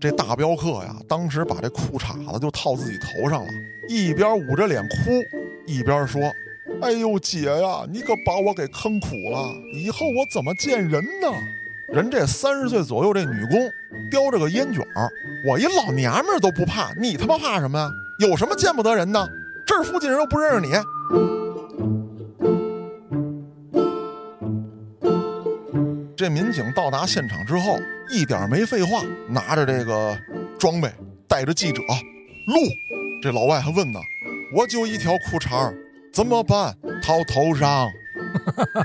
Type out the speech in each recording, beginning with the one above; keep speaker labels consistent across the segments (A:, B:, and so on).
A: 这大镖客呀，当时把这裤衩子就套自己头上了，一边捂着脸哭，一边说：“哎呦姐呀，你可把我给坑苦了，以后我怎么见人呢？”人这三十岁左右这女工，叼着个烟卷儿，我一老娘们儿都不怕，你他妈怕什么呀？有什么见不得人的？这儿附近人又不认识你。这民警到达现场之后，一点儿没废话，拿着这个装备，带着记者录。这老外还问呢：“我就一条裤衩儿，怎么办？套头上。”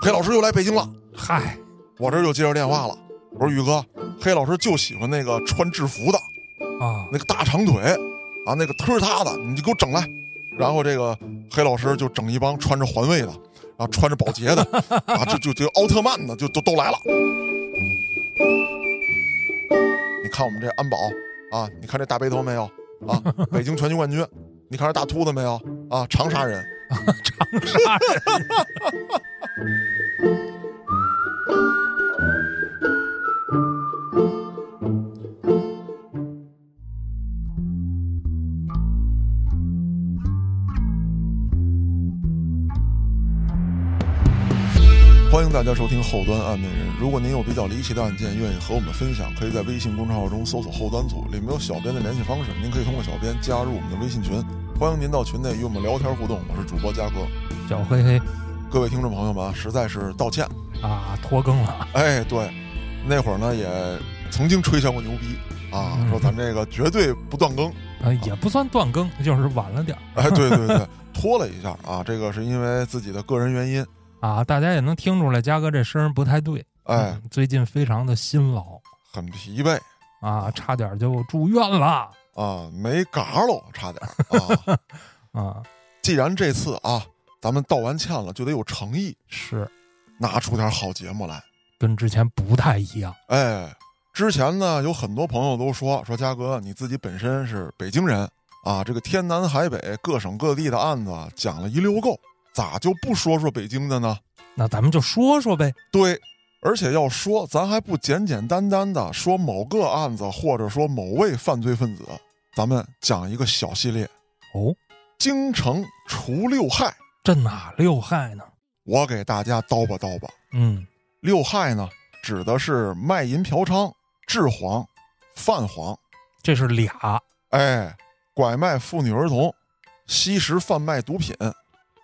A: 黑老师又来北京了，
B: 嗨，
A: 我这儿又接着电话了。我说宇哥，黑老师就喜欢那个穿制服的，
B: 啊，
A: 那个大长腿，啊，那个忒塌的，你就给我整来。然后这个黑老师就整一帮穿着环卫的，啊，穿着保洁的，啊，就就就奥特曼的，就都都来了。你看我们这安保啊，你看这大背头没有啊？北京拳击冠军，你看这大秃子没有啊？长沙人，欢迎大家收听后端案内人。如果您有比较离奇的案件，愿意和我们分享，可以在微信公众号中搜索“后端组”，里面有小编的联系方式，您可以通过小编加入我们的微信群。欢迎您到群内与我们聊天互动。我是主播嘉哥，
B: 小黑黑
A: 各位听众朋友们啊，实在是道歉。
B: 啊，拖更了，
A: 哎，对，那会儿呢也曾经吹响过牛逼啊，
B: 嗯
A: 说咱这个绝对不断更。
B: 啊，也不算断更，就是晚了点儿
A: 哎，对对对，拖了一下啊，这个是因为自己的个人原因。
B: 啊。大家也能听出来，嘉哥这声儿不太对，
A: 哎，
B: 嗯，最近非常的辛劳
A: 很疲惫
B: 啊，差点就住院了
A: 啊，没嘎喽，差点儿啊。
B: 啊。
A: 既然这次啊，咱们道完歉了，就得有诚意，
B: 是
A: 拿出点好节目来。
B: 跟之前不太一样，
A: 哎，之前呢，有很多朋友都说说嘉哥你自己本身是北京人啊，这个天南海北各省各地的案子讲了一溜够，咋就不说说北京的呢？
B: 那咱们就说说呗。
A: 对，而且要说，咱还不简简单单的说某个案子，或者说某位犯罪分子，咱们讲一个小系列《
B: 哦，
A: 京城除六害》，
B: 这哪六害呢？
A: 我给大家叨吧叨吧。
B: 嗯，
A: 六害呢，指的是卖淫嫖娼、治黄、贩黄，
B: 这是俩，
A: 哎，拐卖妇女儿童、吸食贩卖毒品、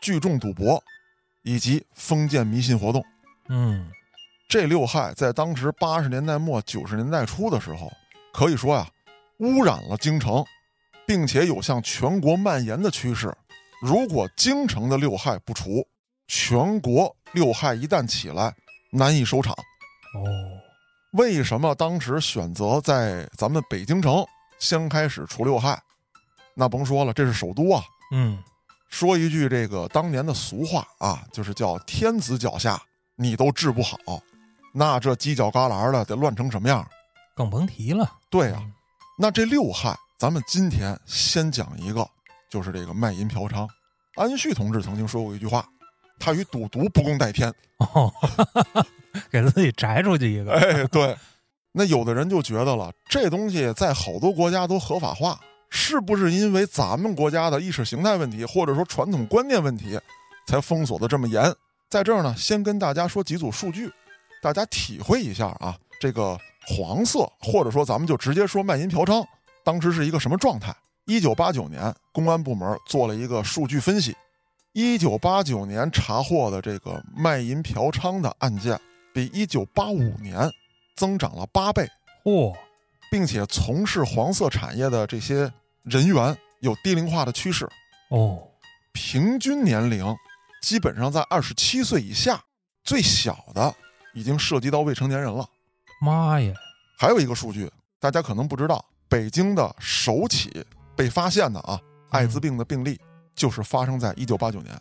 A: 聚众赌博，以及封建迷信活动。
B: 嗯，
A: 这六害在当时八十年代末九十年代初的时候，可以说呀，污染了京城，并且有向全国蔓延的趋势。如果京城的六害不除，全国六害一旦起来，难以收场。
B: 哦，
A: 为什么当时选择在咱们北京城先开始除六害？那甭说了，这是首都啊。
B: 嗯，
A: 说一句这个当年的俗话啊，就是叫天子脚下你都治不好，那这犄角旮旯的得乱成什么样？
B: 更甭提了。
A: 对呀、那这六害，咱们今天先讲一个，就是这个卖淫嫖娼。安旭同志曾经说过一句话，他与赌毒不共戴天。
B: 哦，给自己摘出去一个，
A: 哎，对。那有的人就觉得了，这东西在好多国家都合法化，是不是因为咱们国家的意识形态问题，或者说传统观念问题，才封锁的这么严？在这儿呢，先跟大家说几组数据，大家体会一下啊，这个黄色，或者说咱们就直接说卖淫嫖娼，当时是一个什么状态？一九八九年，公安部门做了一个数据分析，一九八九年查获的这个卖淫嫖娼的案件，比一九八五年增长了八倍，
B: 嚯、
A: 并且从事黄色产业的这些人员有低龄化的趋势，
B: 哦，
A: 平均年龄基本上在二十七岁以下，最小的已经涉及到未成年人了。
B: 妈呀，
A: 还有一个数据，大家可能不知道，北京的首起被发现的啊艾滋病的病例，就是发生在一九八九年，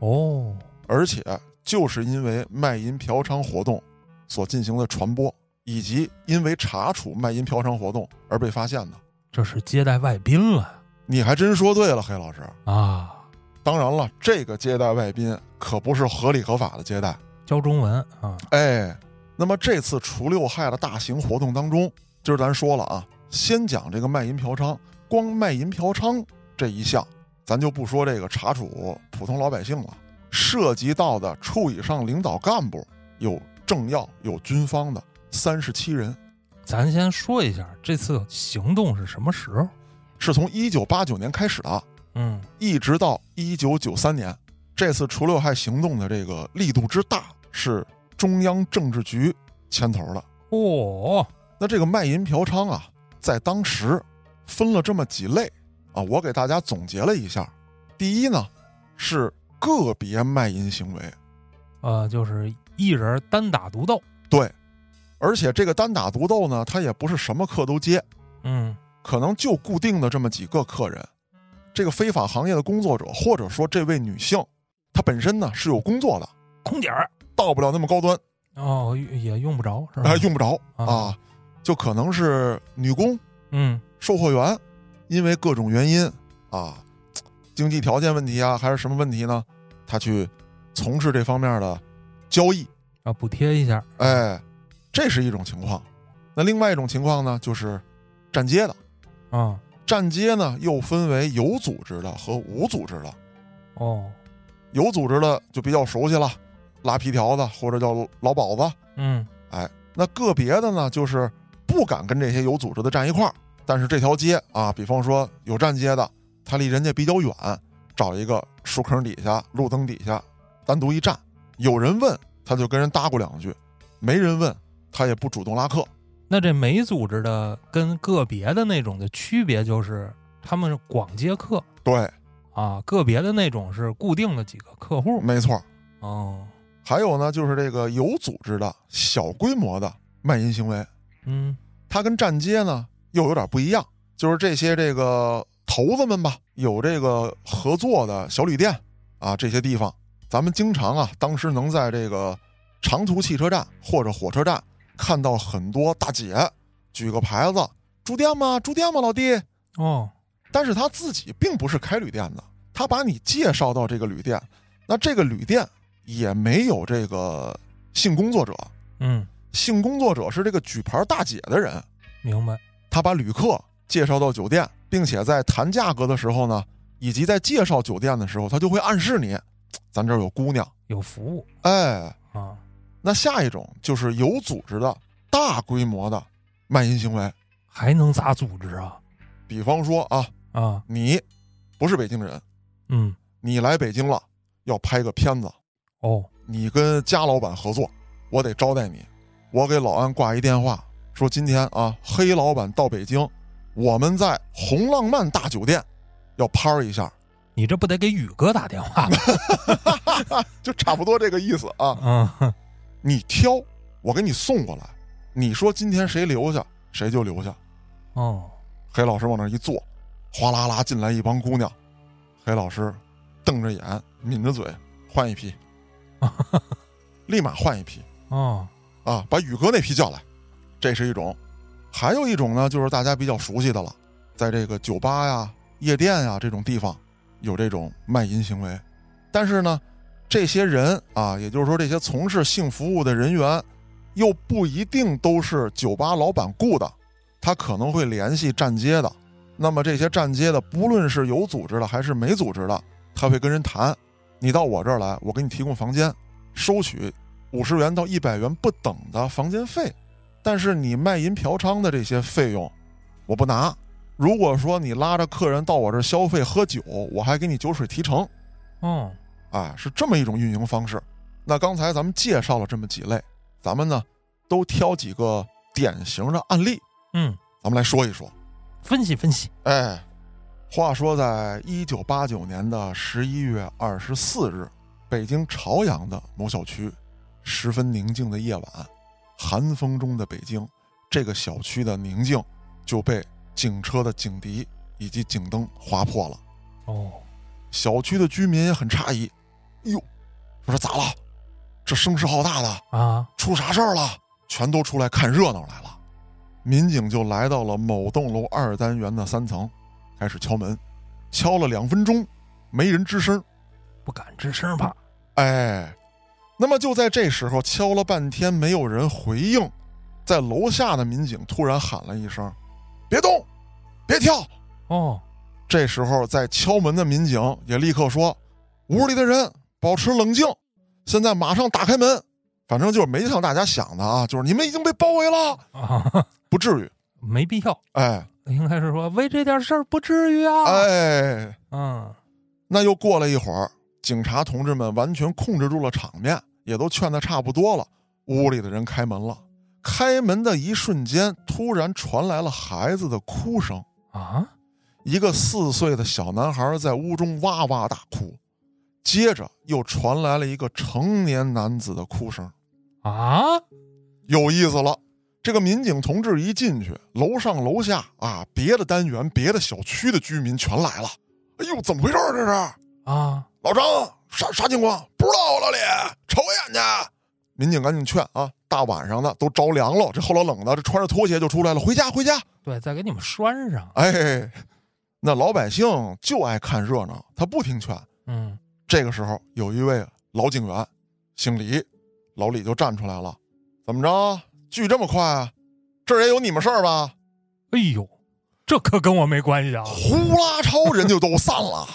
B: 哦，
A: 而且就是因为卖淫嫖娼活动所进行的传播，以及因为查处卖淫嫖娼活动而被发现的。
B: 这是接待外宾了
A: 你还真说对了，黑老师。
B: 啊！
A: 当然了，这个接待外宾可不是合理合法的接待，
B: 教中文啊，
A: 哎，那么这次除六害的大型活动当中，今儿咱说了啊，先讲这个卖淫嫖娼，光卖淫嫖娼这一项，咱就不说这个查处普通老百姓了，涉及到的处以上领导干部有政要有军方的三十七人，
B: 咱先说一下这次行动是什么时候？
A: 是从一九八九年开始的，
B: 嗯，
A: 一直到一九九三年，这次除六害行动的这个力度之大，是中央政治局牵头的。
B: 哦，
A: 那这个卖淫嫖娼啊，在当时分了这么几类啊，我给大家总结了一下。第一呢，是个别卖淫行为，
B: 呃，就是一人单打独斗，
A: 对，而且这个单打独斗呢，它也不是什么客都接，
B: 嗯，
A: 可能就固定的这么几个客人。这个非法行业的工作者，或者说这位女性，她本身呢是有工作的，
B: 空姐儿，
A: 到不了那么高端，
B: 哦，也用不着是吧？
A: 啊，用不着
B: 啊
A: 啊，就可能是女工，
B: 嗯，
A: 售货员，因为各种原因啊，经济条件问题啊，还是什么问题呢？他去从事这方面的交易，
B: 啊，补贴一下，
A: 哎，这是一种情况。那另外一种情况呢，就是站街的。
B: 啊，
A: 站街呢又分为有组织的和无组织的。
B: 哦，
A: 有组织的就比较熟悉了，拉皮条的或者叫老鸨子。
B: 嗯，
A: 那个别的呢，就是不敢跟这些有组织的站一块儿，但是这条街啊，比方说有站街的，他离人家比较远，找一个树坑底下、路灯底下单独一站，有人问他就跟人搭咕两句，没人问他也不主动拉客。
B: 那这没组织的跟个别的那种的区别就是，他们是广接客
A: 对，
B: 啊，个别的那种是固定的几个客户，
A: 没错。
B: 哦，
A: 还有呢，就是这个有组织的小规模的卖淫行为，
B: 嗯，
A: 它跟站街呢又有点不一样，就是这些这个头子们吧，有这个合作的小旅店啊，这些地方，咱们经常啊，当时能在这个长途汽车站或者火车站看到很多大姐举个牌子“住店吗？住店吗，老弟
B: 哦，”，
A: 但是他自己并不是开旅店的，他把你介绍到这个旅店，那这个旅店也没有这个性工作者，
B: 嗯，
A: 性工作者是这个举牌大姐的人。
B: 明白，
A: 他把旅客介绍到酒店，并且在谈价格的时候呢，以及在介绍酒店的时候，他就会暗示你，咱这儿有姑娘。
B: 有服务
A: 哎，
B: 啊，
A: 那下一种就是有组织的大规模的卖淫行为，
B: 还能咋组织啊？
A: 比方说啊，
B: 啊，
A: 你不是北京人，
B: 嗯，
A: 你来北京了，要拍个片子，
B: 哦，
A: 你跟家老板合作，我得招待你，我给老安挂一电话，说今天啊，黑老板到北京，我们在红浪漫大酒店要趴儿一下。
B: 你这不得给宇哥打电话吗？
A: 就差不多这个意思啊。
B: 嗯，
A: 你挑，我给你送过来。你说今天谁留下，谁就留下。
B: 哦，
A: 黑老师往那一坐，哗啦啦进来一帮姑娘。黑老师瞪着眼，抿着嘴，换一批，立马换一批
B: 哦，
A: 啊！把宇哥那批叫来，这是一种。还有一种呢，就是大家比较熟悉的了，在这个酒吧呀、夜店呀这种地方，有这种卖淫行为。但是呢，这些人啊，也就是说这些从事性服务的人员，又不一定都是酒吧老板雇的，他可能会联系站街的。那么这些站街的，不论是有组织的还是没组织的，他会跟人谈，你到我这儿来，我给你提供房间，收取五十元到一百元不等的房间费。但是你卖淫嫖娼的这些费用，我不拿。如果说你拉着客人到我这儿消费喝酒，我还给你酒水提成。
B: 哦，
A: 啊，是这么一种运营方式。那刚才咱们介绍了这么几类，咱们呢都挑几个典型的案例，
B: 嗯，
A: 咱们来说一说。
B: 分析分析，
A: 哎，话说在一九八九年的十一月二十四日，北京朝阳的某小区，十分宁静的夜晚，寒风中的北京，这个小区的宁静就被警车的警笛以及警灯划破了。
B: 哦，
A: 小区的居民也很诧异，哟，我说咋了？这声势浩大的，
B: 啊，
A: 出啥事儿了？全都出来看热闹来了。民警就来到了某栋楼二单元的三层，开始敲门，敲了两分钟，没人吱声。
B: 不敢吱声吧？
A: 哎，那么就在这时候，敲了半天没有人回应，在楼下的民警突然喊了一声：“别动，别跳
B: 哦，！”
A: 这时候，在敲门的民警也立刻说：“屋里的人保持冷静，现在马上打开门。”反正就是没像大家想的啊，就是你们已经被包围了，
B: 啊，
A: 不至于。
B: 没必要，
A: 哎
B: 应该是说为这点事儿不至于啊。
A: 哎，
B: 嗯，
A: 那又过了一会儿，警察同志们完全控制住了场面，也都劝得差不多了。屋里的人开门了，开门的一瞬间，突然传来了孩子的哭声。
B: 啊，
A: 一个四岁的小男孩在屋中哇哇大哭，接着又传来了一个成年男子的哭声。
B: 啊，
A: 有意思了，这个民警同志一进去，楼上楼下啊，别的单元、别的小区的居民全来了。哎呦，怎么回事儿？这是？
B: 啊，
A: 老张，啥啥情况？不知道啊，老李，瞅一眼去。民警赶紧劝啊，大晚上的都着凉了，这后老冷的，这穿着拖鞋就出来了，回家回家。
B: 对，再给你们拴上。
A: 哎，那老百姓就爱看热闹，他不听劝。
B: 嗯，
A: 这个时候，有一位老警员，姓李，老李就站出来了，怎么着？剧这么快啊？这儿也有你们事儿吧？
B: 哎呦，这可跟我没关系啊。
A: 呼啦超人就都散了。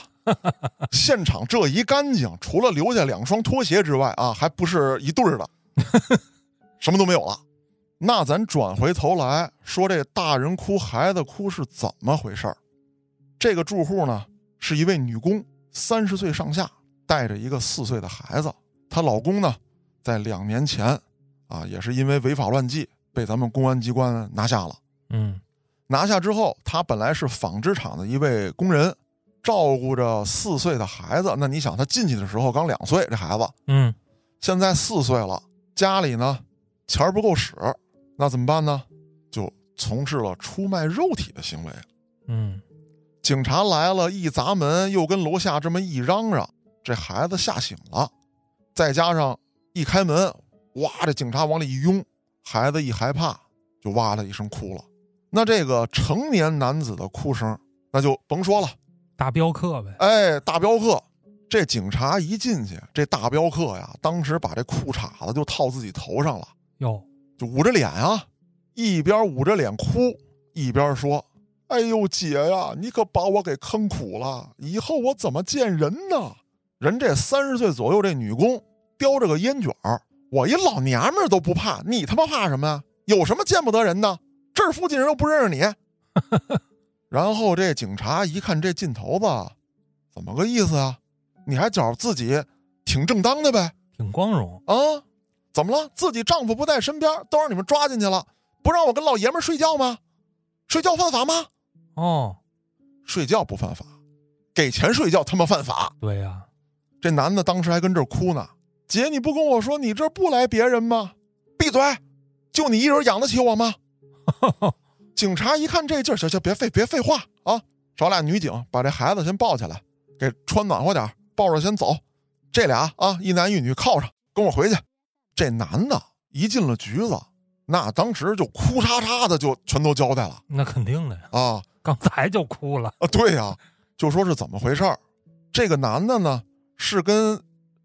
A: 现场这一干净，除了留下两双拖鞋之外啊，还不是一对儿的，什么都没有了。那咱转回头来说，这大人哭孩子哭是怎么回事儿？这个住户呢是一位女工，三十岁上下，带着一个四岁的孩子。她老公呢，在两年前啊，也是因为违法乱纪被咱们公安机关拿下了。
B: 嗯，
A: 拿下之后，他本来是纺织厂的一位工人，照顾着四岁的孩子。那你想，他进去的时候刚两岁，这孩子
B: 嗯，
A: 现在四岁了，家里呢钱儿不够使，那怎么办呢？就从事了出卖肉体的行为。
B: 嗯，
A: 警察来了，一砸门，又跟楼下这么一嚷嚷，这孩子吓醒了。再加上一开门，哇，这警察往里一拥，孩子一害怕就哇的一声哭了。那这个成年男子的哭声，那就甭说了。
B: 大镖客呗。
A: 哎，大镖客，这警察一进去，这大镖客呀，当时把这裤衩子就套自己头上了，
B: 哟，
A: 就捂着脸啊，一边捂着脸哭，一边说：“哎呦姐呀，你可把我给坑苦了，以后我怎么见人呢？”人这三十岁左右这女工叼着个烟卷儿，我一老娘们儿都不怕，你他妈怕什么呀？有什么见不得人的？这儿附近人又不认识你。然后这警察一看这劲头子，怎么个意思啊？你还觉着自己挺正当的呗？
B: 挺光荣。
A: 啊，怎么了？自己丈夫不在身边，都让你们抓进去了，不让我跟老爷们儿睡觉吗？睡觉犯法吗？
B: 哦，
A: 睡觉不犯法，给钱睡觉他妈犯法。
B: 对呀、
A: 这男的当时还跟这儿哭呢，姐，你不跟我说你这儿不来别人吗？闭嘴，就你一人养得起我吗？ 警察一看这劲儿，行行，别废别废话啊！找俩女警把这孩子先抱起来，给穿暖和点儿，抱着先走。这俩啊，一男一女靠上，跟我回去。这男的一进了局子，那当时就哭嚓嚓的就全都交代了
B: 那肯定的呀，
A: 啊
B: 刚才就哭了。
A: 啊！对呀、就说是怎么回事儿。这个男的呢是跟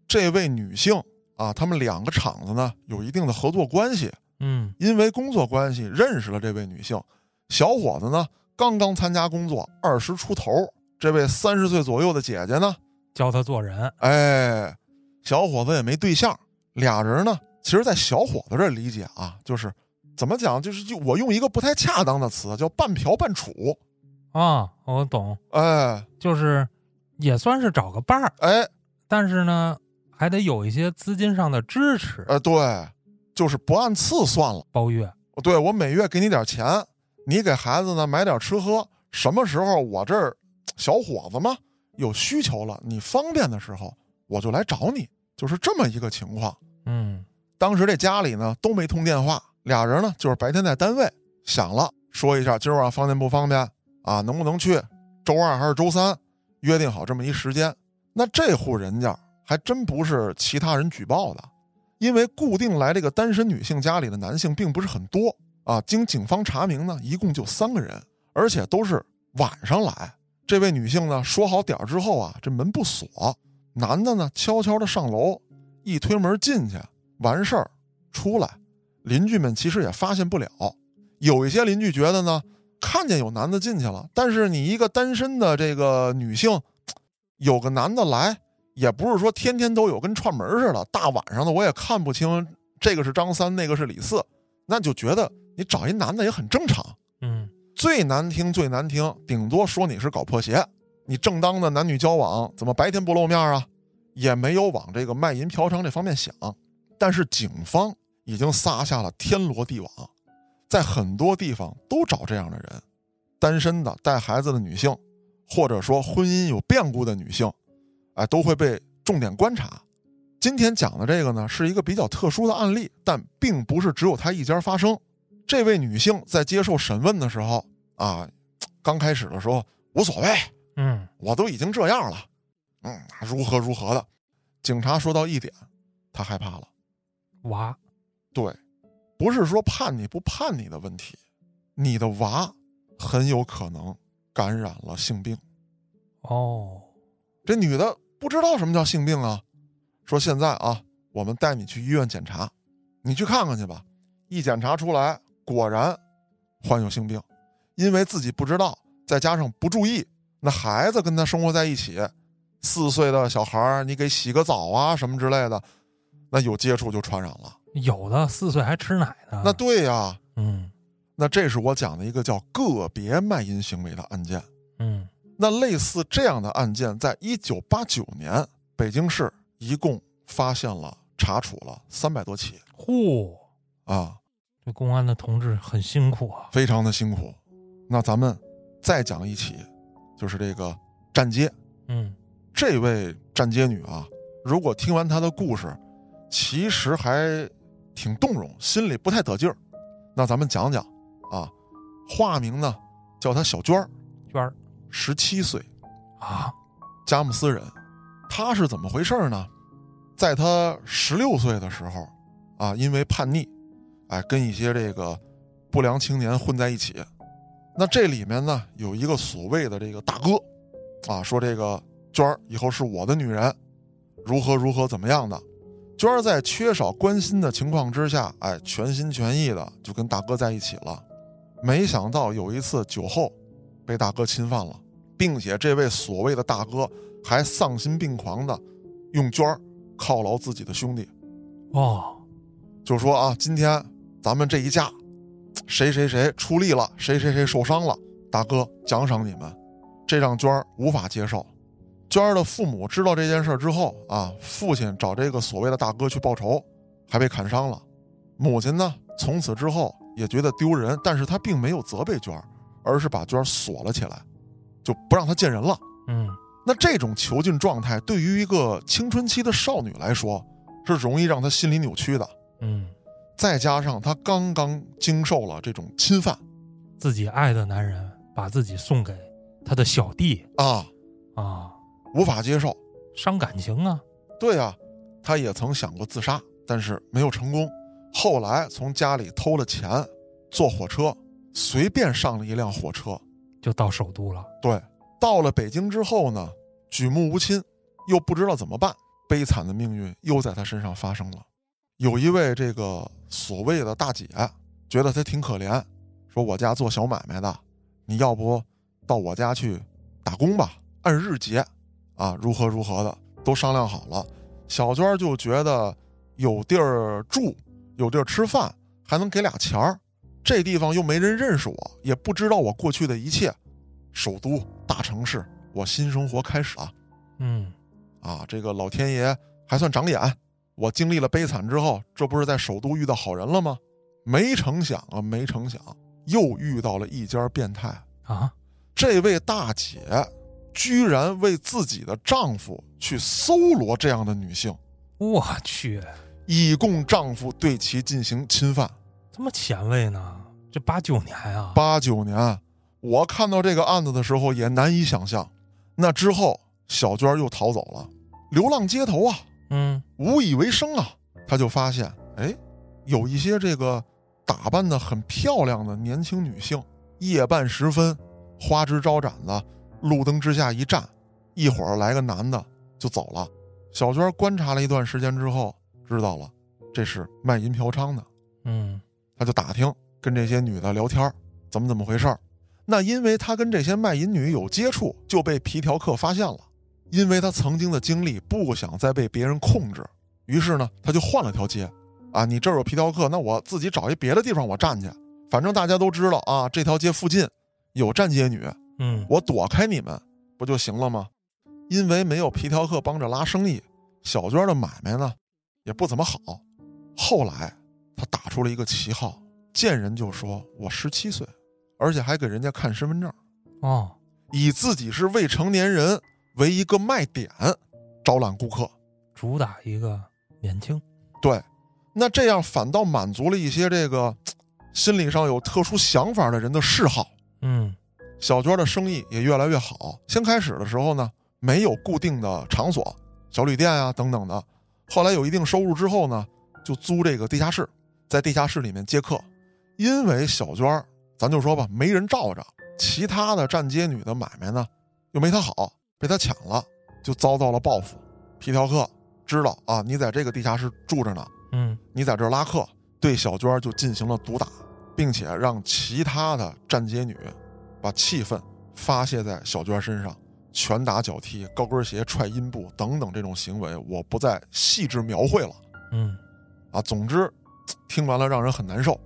A: 这位女性啊，他们两个厂子呢有一定的合作关系，
B: 嗯，
A: 因为工作关系认识了这位女性。小伙子呢，刚刚参加工作，二十出头。这位三十岁左右的姐姐呢，
B: 教他做人。
A: 哎，小伙子也没对象。俩人呢，其实，在小伙子这理解啊，就是怎么讲，就是就我用一个不太恰当的词，叫半嫖半处。
B: 啊，我懂，
A: 哎
B: 就是也算是找个伴儿，
A: 哎
B: 但是呢，还得有一些资金上的支持。
A: 呃，对，就是不按次算了。
B: 包月，
A: 对我每月给你点钱，你给孩子呢买点吃喝。什么时候我这儿小伙子嘛有需求了，你方便的时候我就来找你，就是这么一个情况。
B: 嗯，
A: 当时这家里呢都没通电话，俩人呢就是白天在单位想了说一下今儿晚上方便不方便啊，能不能去？周二还是周三？约定好这么一时间。那这户人家还真不是其他人举报的，因为固定来这个单身女性家里的男性并不是很多啊。经警方查明呢，一共就三个人，而且都是晚上来。这位女性呢说好点儿之后啊，这门不锁，男的呢悄悄的上楼一推门进去完事儿出来，邻居们其实也发现不了。有一些邻居觉得呢，看见有男的进去了，但是你一个单身的这个女性，有个男的来，也不是说天天都有，跟串门似的，大晚上的我也看不清这个是张三，那个是李四，那就觉得你找一男的也很正常。
B: 嗯
A: 最难听最难听，顶多说你是搞破鞋。你正当的男女交往，怎么白天不露面啊？也没有往这个卖淫嫖娼这方面想。但是警方已经撒下了天罗地网，在很多地方都找这样的人，单身的、带孩子的女性，或者说婚姻有变故的女性，哎，都会被重点观察。今天讲的这个呢，是一个比较特殊的案例，但并不是只有它一家发生。这位女性在接受审问的时候啊，刚开始的时候无所谓，
B: 嗯
A: 我都已经这样了，嗯，如何如何的。警察说到一点，她害怕了。
B: 娃，
A: 对，不是说判你不判你的问题，你的娃很有可能感染了性病。
B: 哦，
A: 这女的不知道什么叫性病啊，说现在啊，我们带你去医院检查，你去看看去吧。一检查出来，果然患有性病，因为自己不知道，再加上不注意，那孩子跟他生活在一起，四岁的小孩儿，你给洗个澡啊什么之类的，那有接触就传染了。
B: 有的四岁还吃奶呢。
A: 那对呀、
B: 嗯
A: 那这是我讲的一个叫个别卖淫行为的案件。
B: 嗯
A: 那类似这样的案件，在一九八九年，北京市一共发现了、查处了三百多起
B: 嚯，
A: 啊，
B: 这公安的同志很辛苦啊。
A: 非常的辛苦。那咱们再讲一起，就是这个站街
B: 嗯
A: 这位站街女啊，如果听完她的故事，其实还挺动容，心里不太得劲儿。那咱们讲讲啊，化名呢叫她小娟儿，
B: 娟儿
A: 十七岁。
B: 啊，
A: 佳木斯人，他是怎么回事呢？在他十六岁的时候，啊，因为叛逆，哎，跟一些这个不良青年混在一起。那这里面呢，有一个所谓的这个大哥，啊，说这个娟儿以后是我的女人，如何如何怎么样的。娟儿在缺少关心的情况之下，哎，全心全意的就跟大哥在一起了。没想到有一次酒后，被大哥侵犯了。并且这位所谓的大哥还丧心病狂的用娟儿犒劳自己的兄弟，
B: 哦，
A: 就说啊，今天咱们这一家，谁谁谁出力了，谁谁谁受伤了，大哥奖赏你们，这让娟儿无法接受。娟儿的父母知道这件事儿之后啊，父亲找这个所谓的大哥去报仇，还被砍伤了。母亲呢，从此之后也觉得丢人，但是她并没有责备娟儿，而是把娟儿锁了起来，就不让她见人了。
B: 嗯
A: 那这种囚禁状态对于一个青春期的少女来说，是容易让她心理扭曲的。
B: 嗯，
A: 再加上她刚刚经受了这种侵犯
B: 自己爱的男人把自己送给他的小弟
A: 啊，
B: 啊，
A: 无法接受。
B: 伤感情啊。
A: 对啊，她也曾想过自杀，但是没有成功。后来从家里偷了钱，坐火车，随便上了一辆火车。
B: 就到首都了。
A: 对，到了北京之后呢，举目无亲，又不知道怎么办，悲惨的命运又在她身上发生了。有一位这个所谓的大姐觉得她挺可怜，说我家做小买卖的，你要不到我家去打工吧，按日结，啊，如何如何的都商量好了。小娟儿就觉得有地儿住，有地儿吃饭，还能给俩钱儿，这地方又没人认识我，也不知道我过去的一切，首都大城市，我新生活开始了
B: 嗯
A: 啊！这个老天爷还算长眼，我经历了悲惨之后，这不是在首都遇到好人了吗？没成想啊，没成想，又遇到了一家变态。
B: 啊，
A: 这位大姐居然为自己的丈夫去搜罗这样的女性，
B: 我去，
A: 以供丈夫对其进行侵犯。
B: 这么前卫呢？这八九年啊，
A: 八九年，我看到这个案子的时候也难以想象。那之后，小娟又逃走了，流浪街头啊，
B: 嗯
A: 无以为生啊。她就发现，哎，有一些这个打扮的很漂亮的年轻女性，夜半时分，花枝招展的，路灯之下一站，一会儿来个男的就走了，小娟观察了一段时间之后，知道了这是卖淫嫖娼的，
B: 嗯
A: 她就打听跟这些女的聊天儿，怎么怎么回事儿。那因为她跟这些卖淫女有接触，就被皮条客发现了。因为她曾经的经历，不想再被别人控制，于是呢，她就换了条街。啊，你这儿有皮条客，那我自己找一别的地方我站去。反正大家都知道啊，这条街附近有站街女，
B: 嗯，
A: 我躲开你们不就行了吗？因为没有皮条客帮着拉生意，小娟的买卖呢也不怎么好。后来她打出了一个旗号，见人就说我十七岁，而且还给人家看身份证，
B: 哦，
A: 以自己是未成年人为一个卖点，招揽顾客。
B: 主打一个年轻，
A: 对，那这样反倒满足了一些这个心理上有特殊想法的人的嗜好。
B: 嗯
A: 小娟的生意也越来越好。先开始的时候呢，没有固定的场所，小旅店啊等等的。后来有一定收入之后呢，就租这个地下室，在地下室里面接客。因为小娟儿，咱就说吧，没人罩着，其他的站街女的买卖呢，又没她好，被她抢了，就遭到了报复。皮条客知道啊，你在这个地下室住着呢，
B: 嗯
A: 你在这儿拉客，对小娟儿就进行了毒打，并且让其他的站街女把气愤发泄在小娟儿身上，拳打脚踢、高跟鞋踹阴部等等这种行为，我不再细致描绘了
B: 嗯
A: 啊。总之，听完了让人很难受。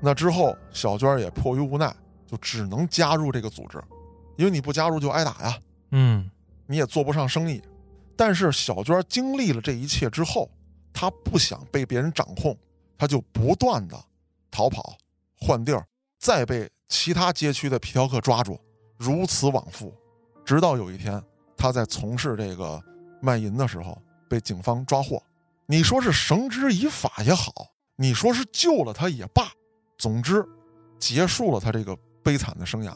A: 那之后，小娟儿也迫于无奈，就只能加入这个组织，因为你不加入就挨打呀。
B: 嗯
A: 你也做不上生意。但是小娟经历了这一切之后，她不想被别人掌控，她就不断的逃跑、换地儿，再被其他街区的皮条客抓住，如此往复，直到有一天，她在从事这个卖淫的时候被警方抓获。你说是绳之以法也好，你说是救了她也罢，总之，结束了她这个悲惨的生涯。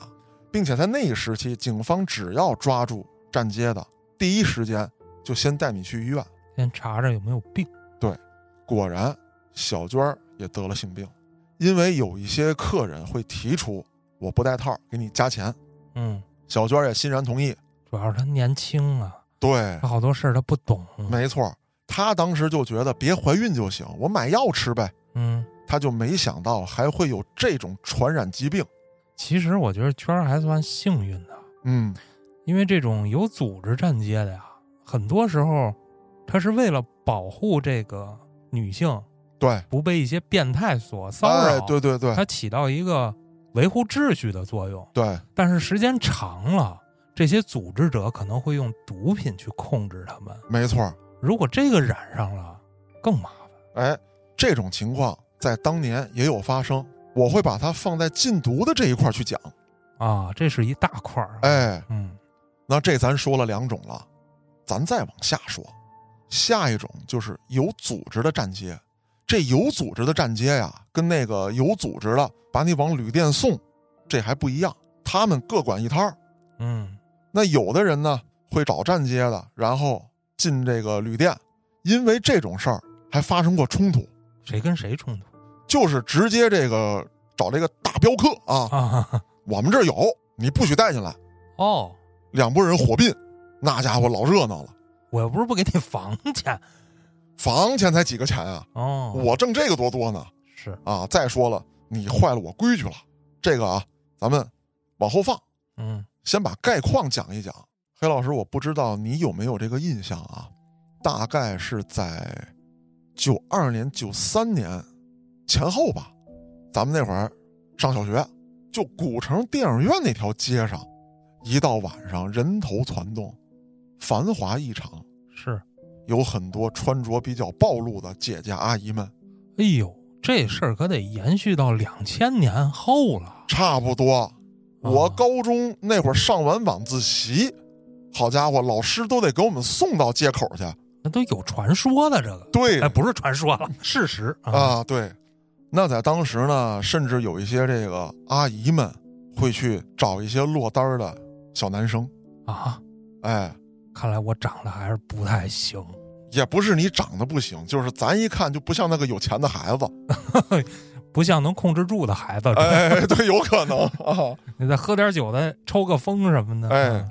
A: 并且在那一时期，警方只要抓住站街的，第一时间就先带你去医院。
B: 先查查有没有病，
A: 果然，小娟儿也得了性病，因为有一些客人会提出我不带套给你加钱，
B: 嗯，
A: 小娟儿也欣然同意。
B: 主要是他年轻啊，
A: 对
B: 他，好多事儿他不懂，
A: 没错，她当时就觉得别怀孕就行，我买药吃呗。
B: 嗯，
A: 她就没想到还会有这种传染疾病。
B: 其实我觉得娟儿还算幸运的，
A: 嗯，
B: 因为这种有组织站街的呀，很多时候他是为了保护这个女性
A: 对，
B: 不被一些变态所骚扰，啊
A: 哎，对对对
B: 它起到一个维护秩序的作用。
A: 对，
B: 但是时间长了，这些组织者可能会用毒品去控制他们。
A: 没错。
B: 如果这个染上了，更麻烦。
A: 哎，这种情况在当年也有发生，我会把它放在禁毒的这一块儿去讲。
B: 啊，这是一大块儿。，
A: 哎，
B: 嗯
A: 那这咱说了两种了，咱再往下说，下一种就是有组织的站街。这有组织的站街呀，跟那个有组织的把你往旅店送，这还不一样，他们各管一摊儿。
B: 嗯
A: 那有的人呢会找站街的，然后进这个旅店，因为这种事儿还发生过冲突。
B: 谁跟谁冲突
A: 就是直接这个找这个大镖客啊，
B: 啊？
A: 我们这儿有，你不许带进来。
B: 哦，
A: 两拨人火并，那家伙老热闹了，
B: 我又不是不给你房钱。
A: 房钱才几个钱啊，
B: 哦，
A: 我挣这个多多呢
B: 是
A: 啊！再说了，你坏了我规矩了，这个啊，咱们往后放，
B: 嗯
A: 先把概况讲一讲。黑老师，我不知道你有没有这个印象啊，大概是在九二年、九三年前后吧，咱们那会儿上小学，就古城电影院那条街上，一到晚上人头攒动，繁华异常，
B: 是。
A: 有很多穿着比较暴露的姐姐阿姨们，
B: 哎呦，这事儿可得延续到两千年后了。
A: 差不多。我
B: 啊
A: 高中那会儿上完晚自习，好家伙，老师都得给我们送到街口去。
B: 那都有传说的这个。
A: 对
B: 哎，不是传说了，事实啊。
A: 啊，对。那在当时呢，甚至有一些这个阿姨们会去找一些落单儿的小男生，
B: 啊
A: 哎，
B: 看来我长得还是不太行。
A: 也不是你长得不行，就是咱一看就不像那个有钱的孩子，
B: 不像能控制住的孩子，
A: 哎，对，有可能啊，
B: 你再喝嗯
A: 哎
B: 点酒，再抽个风什么的，
A: 哎，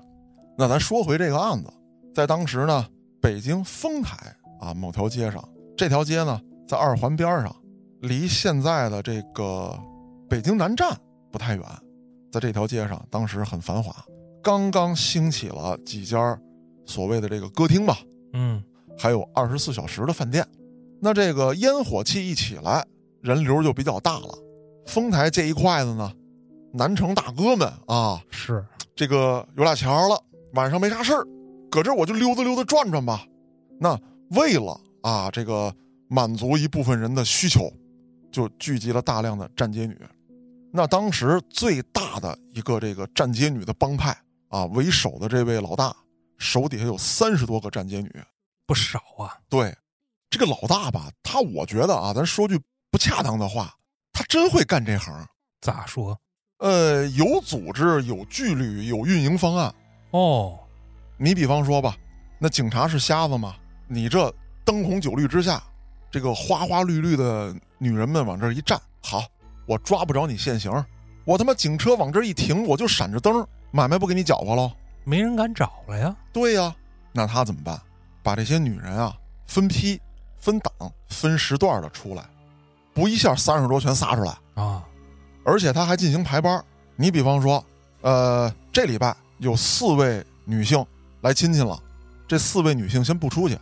A: 那咱说回这个案子，在当时呢，北京丰台啊某条街上，这条街呢在二环边上，离现在的这个北京南站不太远，在这条街上当时很繁华，刚刚兴起了几家所谓的这个歌厅吧，
B: 嗯
A: 还有二十四小时的饭店。那这个烟火气一起来，人流就比较大了。丰台这一块子呢，南城大哥们啊，
B: 是，
A: 这个有俩钱儿了，晚上没啥事儿，搁这儿我就溜达溜达转转吧。那为了啊，这个满足一部分人的需求，就聚集了大量的站街女。那当时最大的一个这个站街女的帮派啊，为首的这位老大手底下有三十多个站街女。
B: 不少啊，
A: 对，这个老大吧，他我觉得啊，咱说句不恰当的话，他真会干这行。
B: 咋说？
A: 呃，有组织，有纪律，有运营方案。
B: 哦，
A: 你比方说吧，那警察是瞎子吗？你这灯红酒绿之下，这个花花绿绿的女人们往这儿一站，好，我抓不着你现行，我他妈警车往这儿一停，我就闪着灯，买卖不给你搅和喽。
B: 没人敢找了呀。
A: 对呀、那他怎么办？把这些女人啊分批、分档、分时段的出来，不一下三十多全撒出来，
B: 啊，
A: 而且他还进行排班儿。你比方说，呃，这礼拜有四位女性来亲戚了，这四位女性先不出去，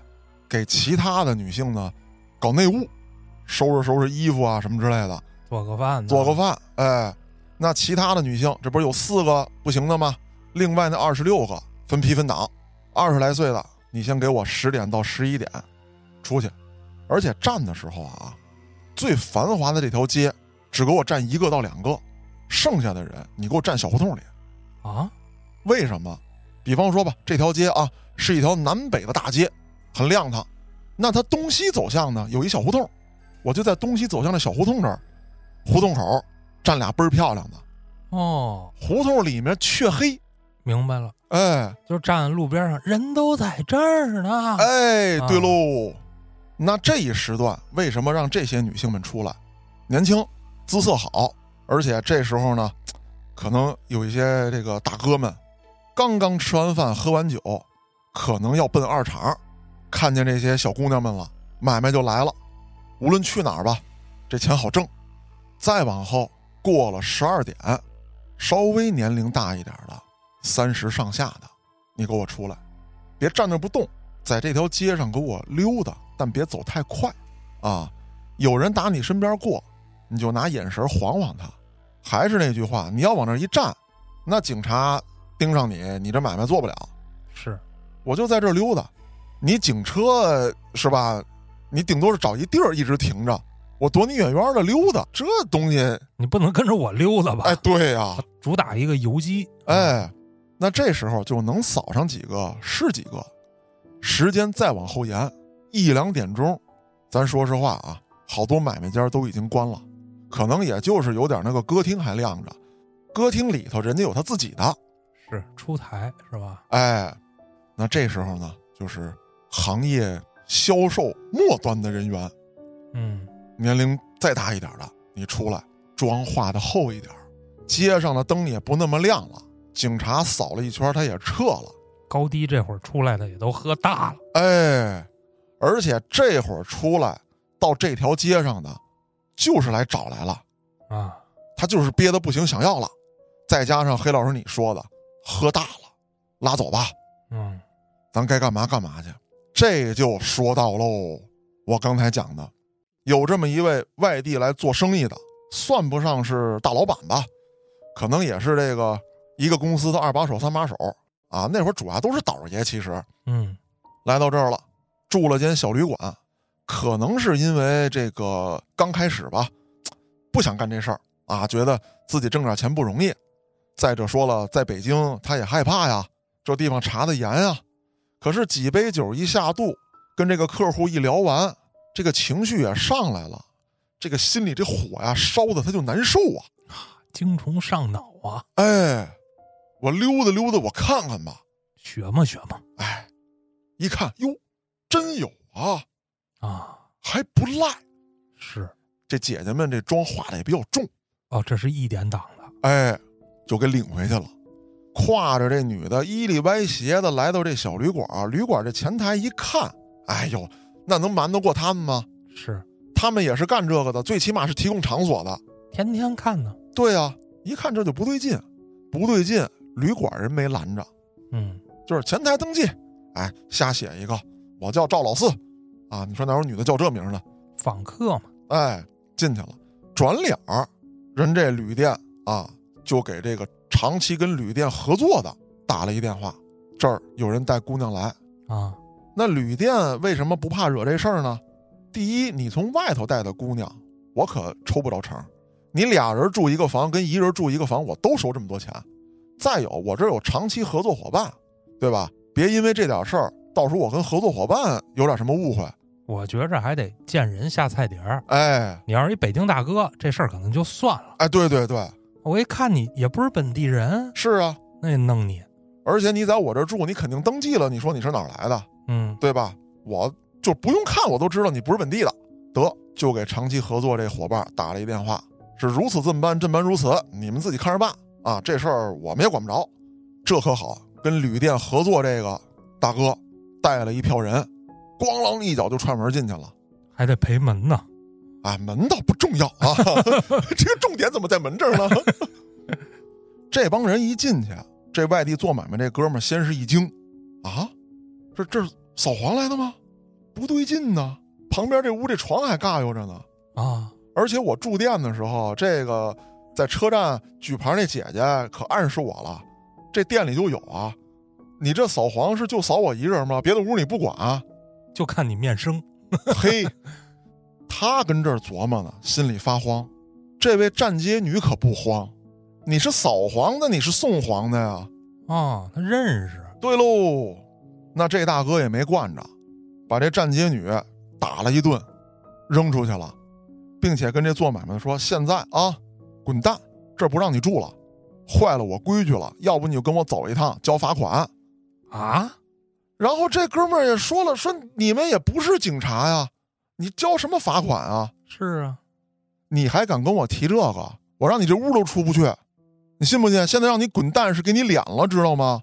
A: 给其他的女性呢搞内务，收拾收拾衣服啊什么之类的，
B: 做个饭呢，
A: 做个饭。哎，那其他的女性，这不是有四个不行的吗？另外那二十六个分批分档，二十来岁的，你先给我十点到十一点出去，而且站的时候啊，最繁华的这条街只给我站一个到两个，剩下的人你给我站小胡同里。
B: 啊，
A: 为什么？比方说吧，这条街啊是一条南北的大街，很亮堂。那它东西走向呢，有一小胡同，我就在东西走向的小胡同这儿，胡同口站俩倍儿漂亮的，
B: 哦，
A: 胡同里面黢黑，
B: 明白了，
A: 哎
B: 就站路边上，人都在这儿呢。
A: 哎，
B: 啊
A: 对喽。那这一时段为什么让这些女性们出来？年轻，姿色好，而且这时候呢，可能有一些这个大哥们刚刚吃完饭喝完酒，可能要奔二厂，看见这些小姑娘们了，买卖就来了。无论去哪儿吧，这钱好挣。再往后过了十二点，稍微年龄大一点的，三十上下的，你给我出来，别站那儿不动，在这条街上给我溜达，但别走太快，啊，有人打你身边过，你就拿眼神晃晃他。还是那句话，你要往那儿一站，那警察盯上你，你这买卖做不了。
B: 是，
A: 我就在这儿溜达，你警车是吧？你顶多是找一地儿一直停着，我躲你远远的溜达，这东西，
B: 你不能跟着我溜达吧？
A: 哎，对呀、
B: 主打一个游击。，
A: 哎，那这时候就能扫上几个是几个。时间再往后延一两点钟，咱说实话啊，好多买卖家都已经关了，可能也就是有点那个歌厅还亮着，歌厅里头人家有他自己的，
B: 是出台是吧？
A: 哎，那这时候呢，就是行业销售末端的人员，
B: 嗯，
A: 年龄再大一点的，你出来妆化的厚一点儿，街上的灯也不那么亮了，警察扫了一圈，他也撤了。
B: 高低这会儿出来的也都喝大了。
A: 哎，而且这会儿出来到这条街上的，就是来找来了，
B: 啊，
A: 他就是憋得不行，想要了，再加上黑老师你说的，喝大了，拉走吧，
B: 嗯，
A: 咱该干嘛干嘛去。这就说到喽，我刚才讲的，有这么一位外地来做生意的，算不上是大老板吧，可能也是这个一个公司的二把手、三把手啊。那会儿主要都是倒爷，其实，
B: 嗯，
A: 来到这儿了，住了间小旅馆，可能是因为这个刚开始吧，不想干这事儿啊，觉得自己挣点钱不容易。再者说了，在北京他也害怕呀，这地方查的严啊。可是几杯酒一下肚，跟这个客户一聊完，这个情绪也上来了，这个心里这火呀烧的他就难受啊。
B: 精虫上脑啊，
A: 哎，我溜达溜达，我看看吧。
B: 学嘛学嘛
A: 哎，一看哟，真有啊，
B: 啊，
A: 还不赖。
B: 是
A: 这姐姐们这妆化的也比较重，
B: 哦，这是一点档的，
A: 哎，就给领回去了。挎着这女的衣里歪斜的来到这小旅馆，旅馆这前台一看，哎呦，那能瞒得过他们吗？
B: 是
A: 他们也是干这个的，最起码是提供场所的。
B: 天天看呢。
A: 对呀、一看这就不对劲，不对劲，旅馆人没拦着，
B: 嗯，
A: 就是前台登记，哎，瞎写一个，我叫赵老四，啊，你说哪有女的叫这名儿的？
B: 访客嘛，
A: 哎，进去了，转脸儿，人这旅店啊，就给这个长期跟旅店合作的打了一电话，这儿有人带姑娘来。
B: 啊，
A: 那旅店为什么不怕惹这事儿呢？第一，你从外头带的姑娘，我可抽不着成儿。你俩人住一个房，跟一人住一个房，我都收这么多钱。再有，我这儿有长期合作伙伴，对吧？别因为这点事儿，到时候我跟合作伙伴有点什么误会，
B: 我觉着还得见人下菜碟儿。
A: 哎
B: 你要是一北京大哥，这事儿可能就算了。
A: 哎，对对对，
B: 我一看你也不是本地人，
A: 是啊，
B: 那也弄你。
A: 而且你在我这儿住，你肯定登记了，你说你是哪儿来的，
B: 嗯，
A: 对吧？我就不用看，我都知道你不是本地的。得，就给长期合作这伙伴打了一电话，是如此这么办，这般如此，你们自己看着办啊，这事儿我们也管不着。这可好，跟旅店合作这个大哥带了一票人，咣啷一脚就踹门进去了。
B: 还得赔门呢。
A: 啊，门倒不重要啊， 这个重点怎么在门这儿呢？ 这帮人一进去，啊这外地做买卖这哥们儿先是一惊，啊，这这是扫黄来的吗？不对劲呢，旁边这屋这床还尬悠着呢，
B: 啊，
A: 而且我住店的时候，这个在车站举牌那姐姐可暗示我了，这店里就有啊，你这扫黄是就扫我一人吗？别的屋你不管啊？
B: 就看你面生。
A: 嘿，他跟这儿琢磨呢，心里发慌。这位站街女可不慌，你是扫黄的，你是送黄的呀？
B: 哦，他认识。
A: 对喽，那这大哥也没惯着，把这站街女打了一顿，扔出去了，并且跟这做买卖的说：“现在啊，滚蛋，这儿不让你住了，坏了我规矩了，要不你就跟我走一趟，交罚款。”
B: 啊，
A: 然后这哥们儿也说了：“说你们也不是警察呀，你交什么罚款啊？”
B: 是啊，
A: 你还敢跟我提这个？我让你这屋都出不去，你信不信？现在让你滚蛋是给你脸了，知道吗？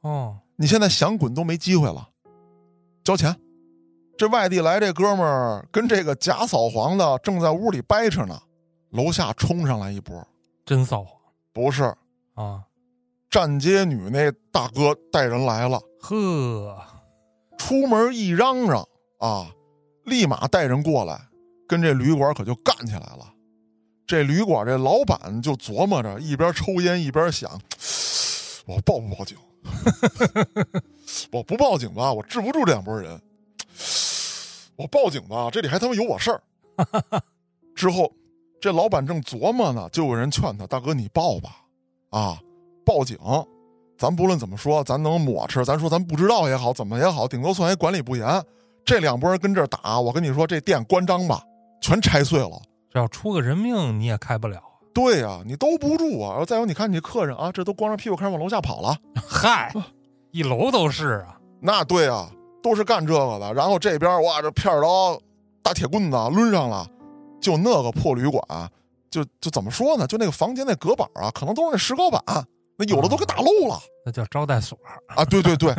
B: 哦，
A: 你现在想滚都没机会了，交钱。这外地来这哥们儿跟这个假扫黄的正在屋里掰扯呢，楼下冲上来一波，
B: 真骚黄
A: 不是
B: 啊，
A: 站街女那大哥带人来了，
B: 呵，
A: 出门一嚷嚷啊，立马带人过来，跟这旅馆可就干起来了。这旅馆这老板就琢磨着，一边抽烟一边想：我报不报警？ 我不报警吧，我治不住这两拨人；我报警吧，这里还他妈有我事儿。 之后，这老板正琢磨呢，就有人劝他：“大哥，你报吧，啊，报警咱不论怎么说，咱能抹吃，咱说咱不知道也好，怎么也好，顶多算也管理不严。这两拨人跟这儿打，我跟你说，这店关张吧，全拆碎了。
B: 这要出个人命你也开不了啊。
A: 对呀、你兜不住啊！然后再有，你看你客人啊，这都光着屁股开始往楼下跑了。
B: 嗨，一楼都是啊。
A: 那对啊，都是干这个的。然后这边哇，这片儿刀、大铁棍子抡上了，就那个破旅馆，就就怎么说呢？就那个房间那隔板啊，可能都是那石膏板，那有的都给打漏了。
B: 那叫招待所。
A: 啊，对对对，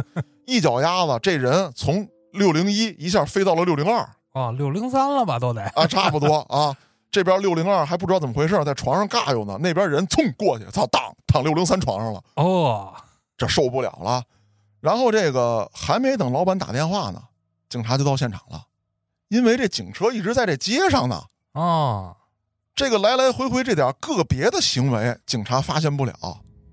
A: 一脚丫子，这人从六零一一下飞到了六零二
B: 哦，六零三了吧，都得
A: 啊，差不多啊。这边六零二还不知道怎么回事，在床上尬悠呢，那边人蹭过去，操，当躺六零三床上了，
B: 哦，
A: 这受不了了。然后这个还没等老板打电话呢，警察就到现场了，因为这警车一直在这街上呢。
B: 哦，
A: 这个来来回回这点个别的行为，警察发现不了。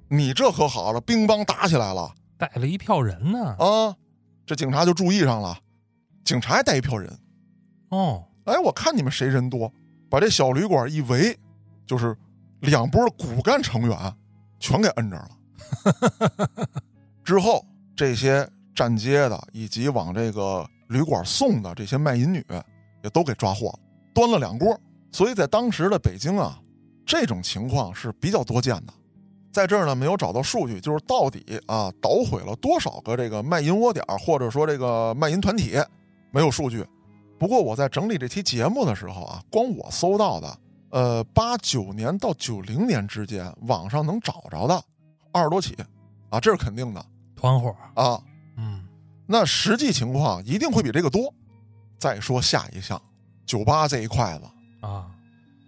A: 你这可好了，乒乓打起来了，
B: 带了一票人呢。
A: 啊，这警察就注意上了，警察还带一票人。
B: 哦，
A: 哎，我看你们谁人多，把这小旅馆一围，就是两波骨干成员全给摁这儿了。之后，这些站街的以及往这个旅馆送的这些卖淫女，也都给抓获了，端了两锅。所以在当时的北京啊，这种情况是比较多见的。在这儿呢，没有找到数据，就是到底啊捣毁了多少个这个卖淫窝点儿，或者说这个卖淫团体，没有数据。不过我在整理这期节目的时候啊，光我搜到的，呃，八九年到九零年之间，网上能找着的二十多起，啊，这是肯定的
B: 团伙，
A: 啊。
B: 嗯
A: 那实际情况一定会比这个多。再说下一项，酒吧这一块子，
B: 啊，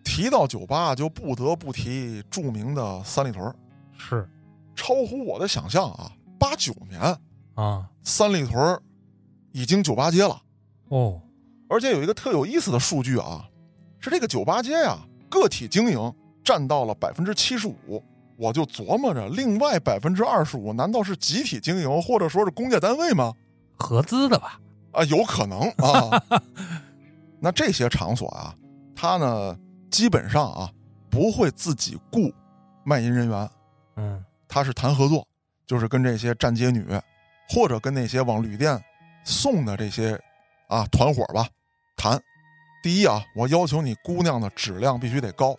A: 提到酒吧就不得不提著名的三里屯儿。
B: 是
A: 超乎我的想象啊，八九年
B: 啊，
A: 三里屯儿已经酒吧街了，
B: 哦，
A: 而且有一个特有意思的数据啊，是这个酒吧街呀、个体经营占到了百分之七十五。我就琢磨着，另外百分之二十五难道是集体经营或者说是公家单位吗？
B: 合资的吧？
A: 啊，有可能啊。那这些场所啊，它呢基本上啊不会自己雇卖淫人员，
B: 嗯
A: 它是谈合作，就是跟这些站街女或者跟那些往旅店送的这些啊团伙吧谈。第一啊，我要求你姑娘的质量必须得高，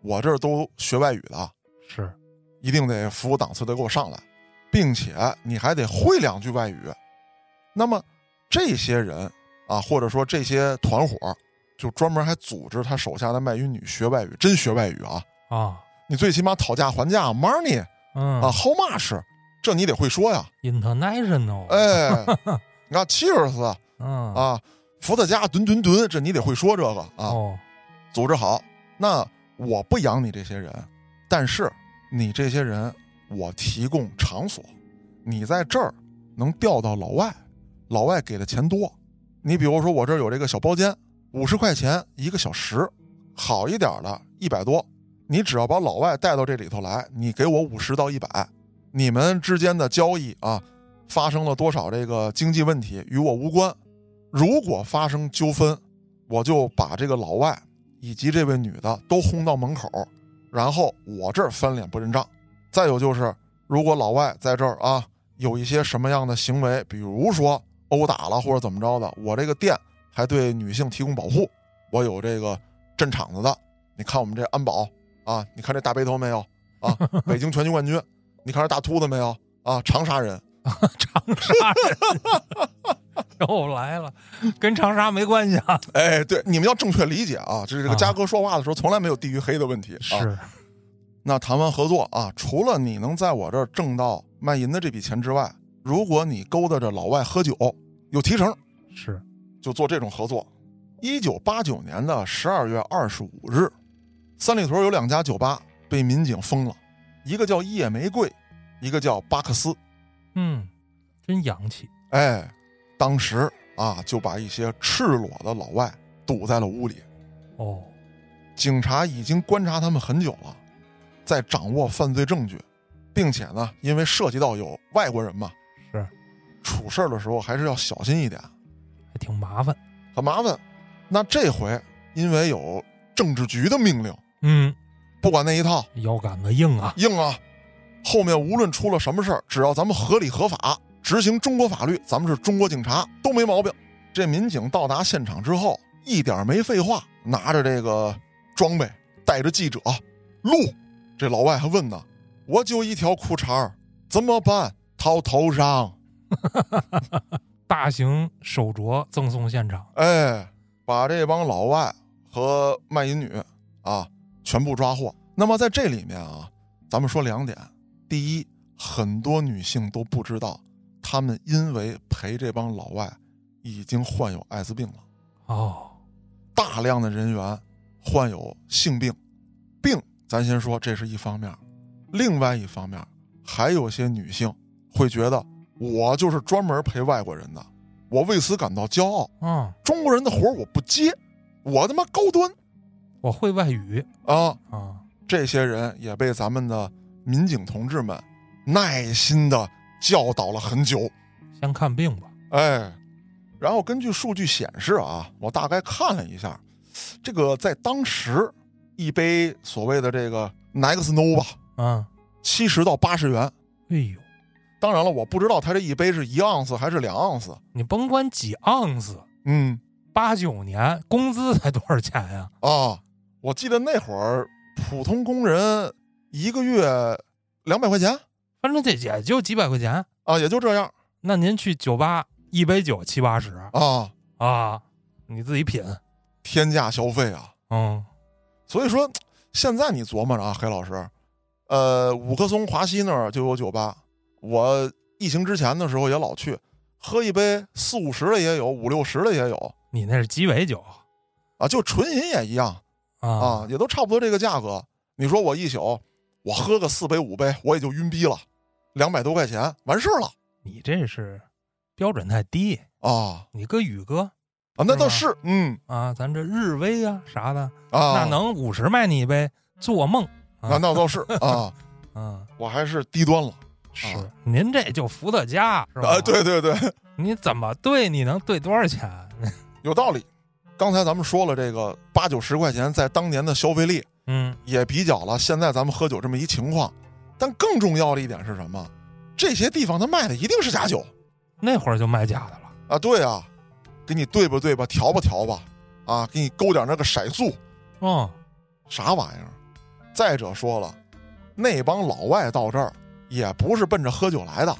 A: 我这儿都学外语的，啊
B: 是
A: 一定得服务档次得给我上来，并且你还得会两句外语。那么这些人啊，或者说这些团伙，就专门还组织他手下的卖淫女学外语，真学外语啊！
B: 啊，
A: 你最起码讨价还价，money
B: 嗯
A: 啊，how much，这你得会说呀。
B: ，international，，
A: 哎，你看 cheers
B: 嗯
A: 啊，伏特加吨吨吨，这你得会说这个啊。
B: 哦，
A: 组织好，那我不养你这些人，但是你这些人我提供场所，你在这儿能调到老外，老外给的钱多。你比如说我这儿有这个小包间，五十块钱一个小时，好一点的一百多。你只要把老外带到这里头来，你给我五十到一百，你们之间的交易啊，发生了多少这个经济问题与我无关。如果发生纠纷，我就把这个老外以及这位女的都轰到门口，然后我这儿翻脸不认账。再有就是，如果老外在这儿啊有一些什么样的行为，比如说殴打了或者怎么着的，我这个店还对女性提供保护，我有这个镇场子的。你看我们这安保啊，你看这大背头没有啊？北京拳击冠军，你看这大秃子没有啊？长沙人，
B: 长沙人 又来了，跟长沙没关系啊，
A: 哎，对，你们要正确理解啊，这是这个
B: 啊
A: 嘉哥说话的时候从来没有地域黑的问题。啊、
B: 是
A: 那谈完合作啊，除了你能在我这儿挣到卖淫的这笔钱之外，如果你勾搭着老外喝酒，有提成，
B: 是，
A: 就做这种合作。一九八九年的十二月二十五日，三里屯有两家酒吧被民警封了，一个叫夜玫瑰，一个叫巴克斯。
B: 嗯，真洋气，
A: 哎，当时啊就把一些赤裸的老外堵在了屋里，
B: 哦，
A: 警察已经观察他们很久了，在掌握犯罪证据，并且呢，因为涉及到有外国人嘛，
B: 是
A: 处事儿的时候还是要小心一点，
B: 还挺麻烦，
A: 很麻烦。那这回因为有政治局的命令，
B: 嗯，
A: 不管那一套，
B: 腰杆子硬啊，
A: 硬啊！后面无论出了什么事儿，只要咱们合理合法，执行中国法律，咱们是中国警察，都没毛病。这民警到达现场之后，一点没废话，拿着这个装备，带着记者录。这老外还问呢：“我就一条裤衩儿，怎么办？套头上。
B: 大型手镯赠送现场”，
A: 哎，把这帮老外和卖淫女啊全部抓获。那么在这里面啊，咱们说两点：第一，很多女性都不知道，她们因为陪这帮老外，已经患有艾滋病了，
B: 哦，
A: 大量的人员患有性病，病咱先说这是一方面儿，另外一方面儿还有些女性会觉得我就是专门陪外国人的，我为此感到骄傲，
B: 嗯，
A: 中国人的活儿我不接，我他妈高端
B: 我会外语
A: 啊！
B: 啊，
A: 这些人也被咱们的民警同志们耐心的教导了很久。
B: 先看病吧，
A: 哎，然后根据数据显示啊，我大概看了一下，这个在当时一杯所谓的这个 Next No 吧，
B: 嗯，
A: 七十到八十元。
B: 哎呦，
A: 当然了，我不知道他这一杯是一盎司还是两盎司。
B: 你甭管几盎司，
A: 嗯
B: 八九年工资才多少钱呀、
A: 啊，我记得那会儿普通工人一个月两百块钱
B: 反正这也就几百块钱。
A: 啊，也就这样
B: 那您去酒吧一杯酒七八十
A: 啊，
B: 啊，你自己品。
A: 天价消费啊。
B: 嗯，
A: 所以说，现在你琢磨着啊，黑老师，呃，五棵松华西那儿就有酒吧，我疫情之前的时候也老去，喝一杯四五十的也有，五六十的也有
B: 你那是鸡尾酒
A: 啊，就纯饮也一样
B: 啊
A: 啊，也都差不多这个价格。你说我一宿我喝个四杯五杯，我也就晕逼了，两百多块钱完事儿了
B: 你这是标准太低，
A: 啊
B: 你搁宇哥
A: 啊，那
B: 是
A: 倒
B: 吗
A: 是，嗯
B: 啊，咱这日威啊啥的，
A: 啊，
B: 那能五十卖你一杯，做梦
A: 啊，那倒是 啊，
B: 啊！
A: 我还是低端了
B: 是您这就伏特加是吧？
A: 啊，，对对对，
B: 你怎么兑？你能兑多少钱？
A: 有道理。刚才咱们说了，这个八九十块钱在当年的消费力，
B: 嗯
A: 也比较了现在咱们喝酒这么一情况。但更重要的一点是什么？这些地方他卖的一定是假酒
B: 那会儿就卖假的了，
A: 啊！对啊，给你兑吧兑吧，调吧调吧，啊，给你勾点那个色素，
B: 哦，
A: 啥玩意儿？再者说了，那帮老外到这儿也不是奔着喝酒来的。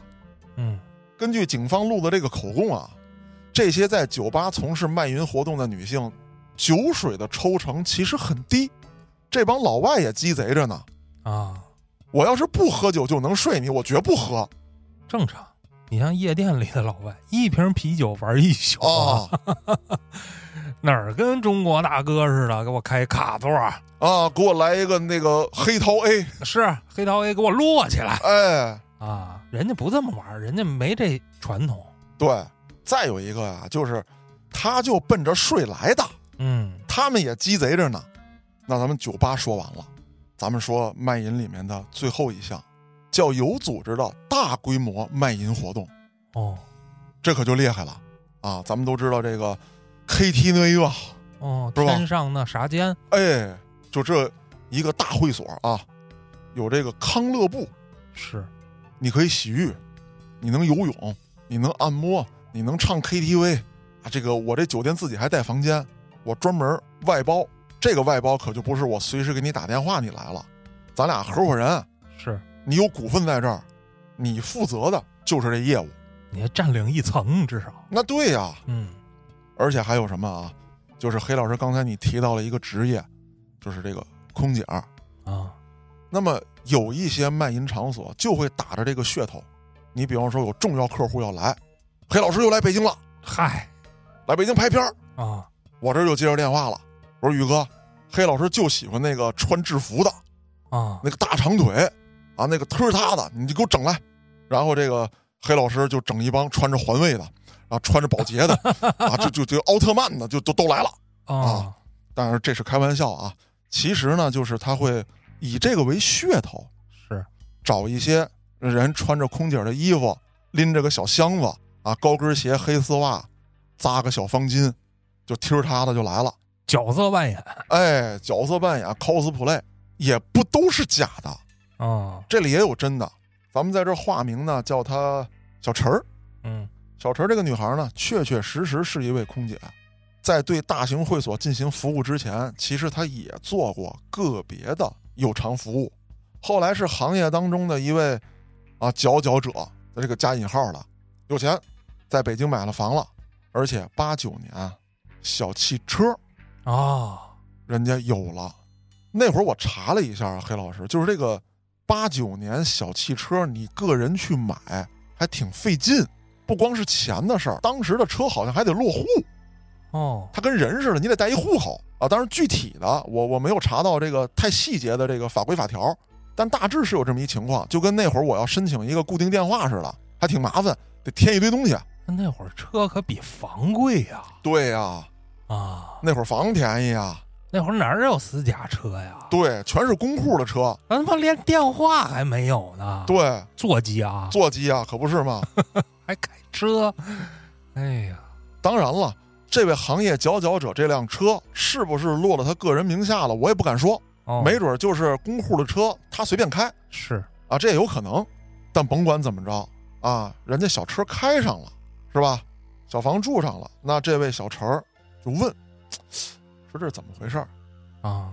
B: 嗯，
A: 根据警方录的这个口供啊，这些在酒吧从事卖淫活动的女性，酒水的抽成其实很低。这帮老外也鸡贼着呢。
B: 啊，
A: 我要是不喝酒就能睡你，我绝不喝
B: 正常。你像夜店里的老外，一瓶啤酒玩一宿啊，
A: 啊
B: 哪儿跟中国大哥似的，给我开卡座儿，
A: 啊！给我来一个那个黑桃 A，
B: 是黑桃 A 给我摞起来
A: 哎，
B: 啊！人家不这么玩儿，人家没这传统。
A: 对，再有一个呀、就是他就奔着睡来的，
B: 嗯
A: 他们也鸡贼着呢。那咱们酒吧说完了，咱们说卖淫里面的最后一项，叫有组织的大规模卖淫活动。
B: 哦
A: 这可就厉害了啊！咱们都知道这个 KTV 吧，
B: 哦，
A: 是吧
B: 天上那啥间
A: 啊哎，就这一个大会所啊，有这个康乐部，
B: 是
A: 你可以洗浴，你能游泳，你能按摩，你能唱 KTV 啊！这个我这酒店自己还带房间，我专门外包。这个外包可就不是我随时给你打电话你来了，咱俩合伙人，
B: 是，
A: 你有股份在这儿，你负责的就是这业务。
B: 你还占领一层至少。
A: 那对呀、
B: 嗯
A: 而且还有什么啊？就是黑老师刚才你提到了一个职业，就是这个空姐儿。
B: 啊
A: 那么有一些卖淫场所就会打着这个噱头，你比方说有重要客户要来，黑老师又来北京了，
B: 嗨
A: 来北京拍片儿，
B: 啊
A: 我这儿就接着电话了。我说宇哥，黑老师就喜欢那个穿制服的
B: 啊
A: 那个大长腿啊，那个腿儿塌的，你就给我整来。然后这个黑老师就整一帮穿着环卫的，啊，穿着保洁的，啊，就就就奥特曼的，就都都来了。
B: 啊
A: 当然这是开玩笑啊。其实呢，就是他会以这个为噱头，
B: 是
A: 找一些人穿着空姐的衣服，拎着个小箱子啊，高跟鞋、黑丝袜，扎个小方巾，就踢儿他的就来了。
B: 角色扮演
A: 哎，角色扮演 cosplay 也不都是假的，
B: 啊
A: 这里也有真的。咱们在这儿化名呢，叫她小陈儿。
B: 嗯
A: 小陈儿这个女孩呢，确确实实是一位空姐，在对大型会所进行服务之前，其实她也做过个别的有偿服务。后来是行业当中的一位啊佼佼者，这个加引号的，有钱，在北京买了房了，而且八九年啊小汽车
B: 啊
A: 人家有了。那会儿我查了一下，啊黑老师，就是这个八九年小汽车，你个人去买还挺费劲，不光是钱的事儿，当时的车好像还得落户，
B: 哦
A: 它跟人似的，你得带一户口啊。当然具体的我我没有查到这个太细节的这个法规法条，但大致是有这么一情况，就跟那会儿我要申请一个固定电话似的，还挺麻烦，得添一堆东西。
B: 那会儿车可比房贵呀
A: 对呀、
B: 啊！
A: 那会儿房便宜啊，
B: 那会儿哪儿有私家车呀？
A: 对，全是公户的车，
B: 咱他妈连电话还没有呢，
A: 对，
B: 座机啊，
A: 座机啊，可不是吗？
B: 还开车，哎呀，
A: 当然了，这位行业佼佼者这辆车是不是落了他个人名下了，我也不敢说，
B: 哦
A: 没准儿就是公户的车，他随便开
B: 是
A: 啊，这也有可能。但甭管怎么着啊，人家小车开上了，是吧？小房住上了，那这位小陈儿就问，说这是怎么回事儿？
B: 啊，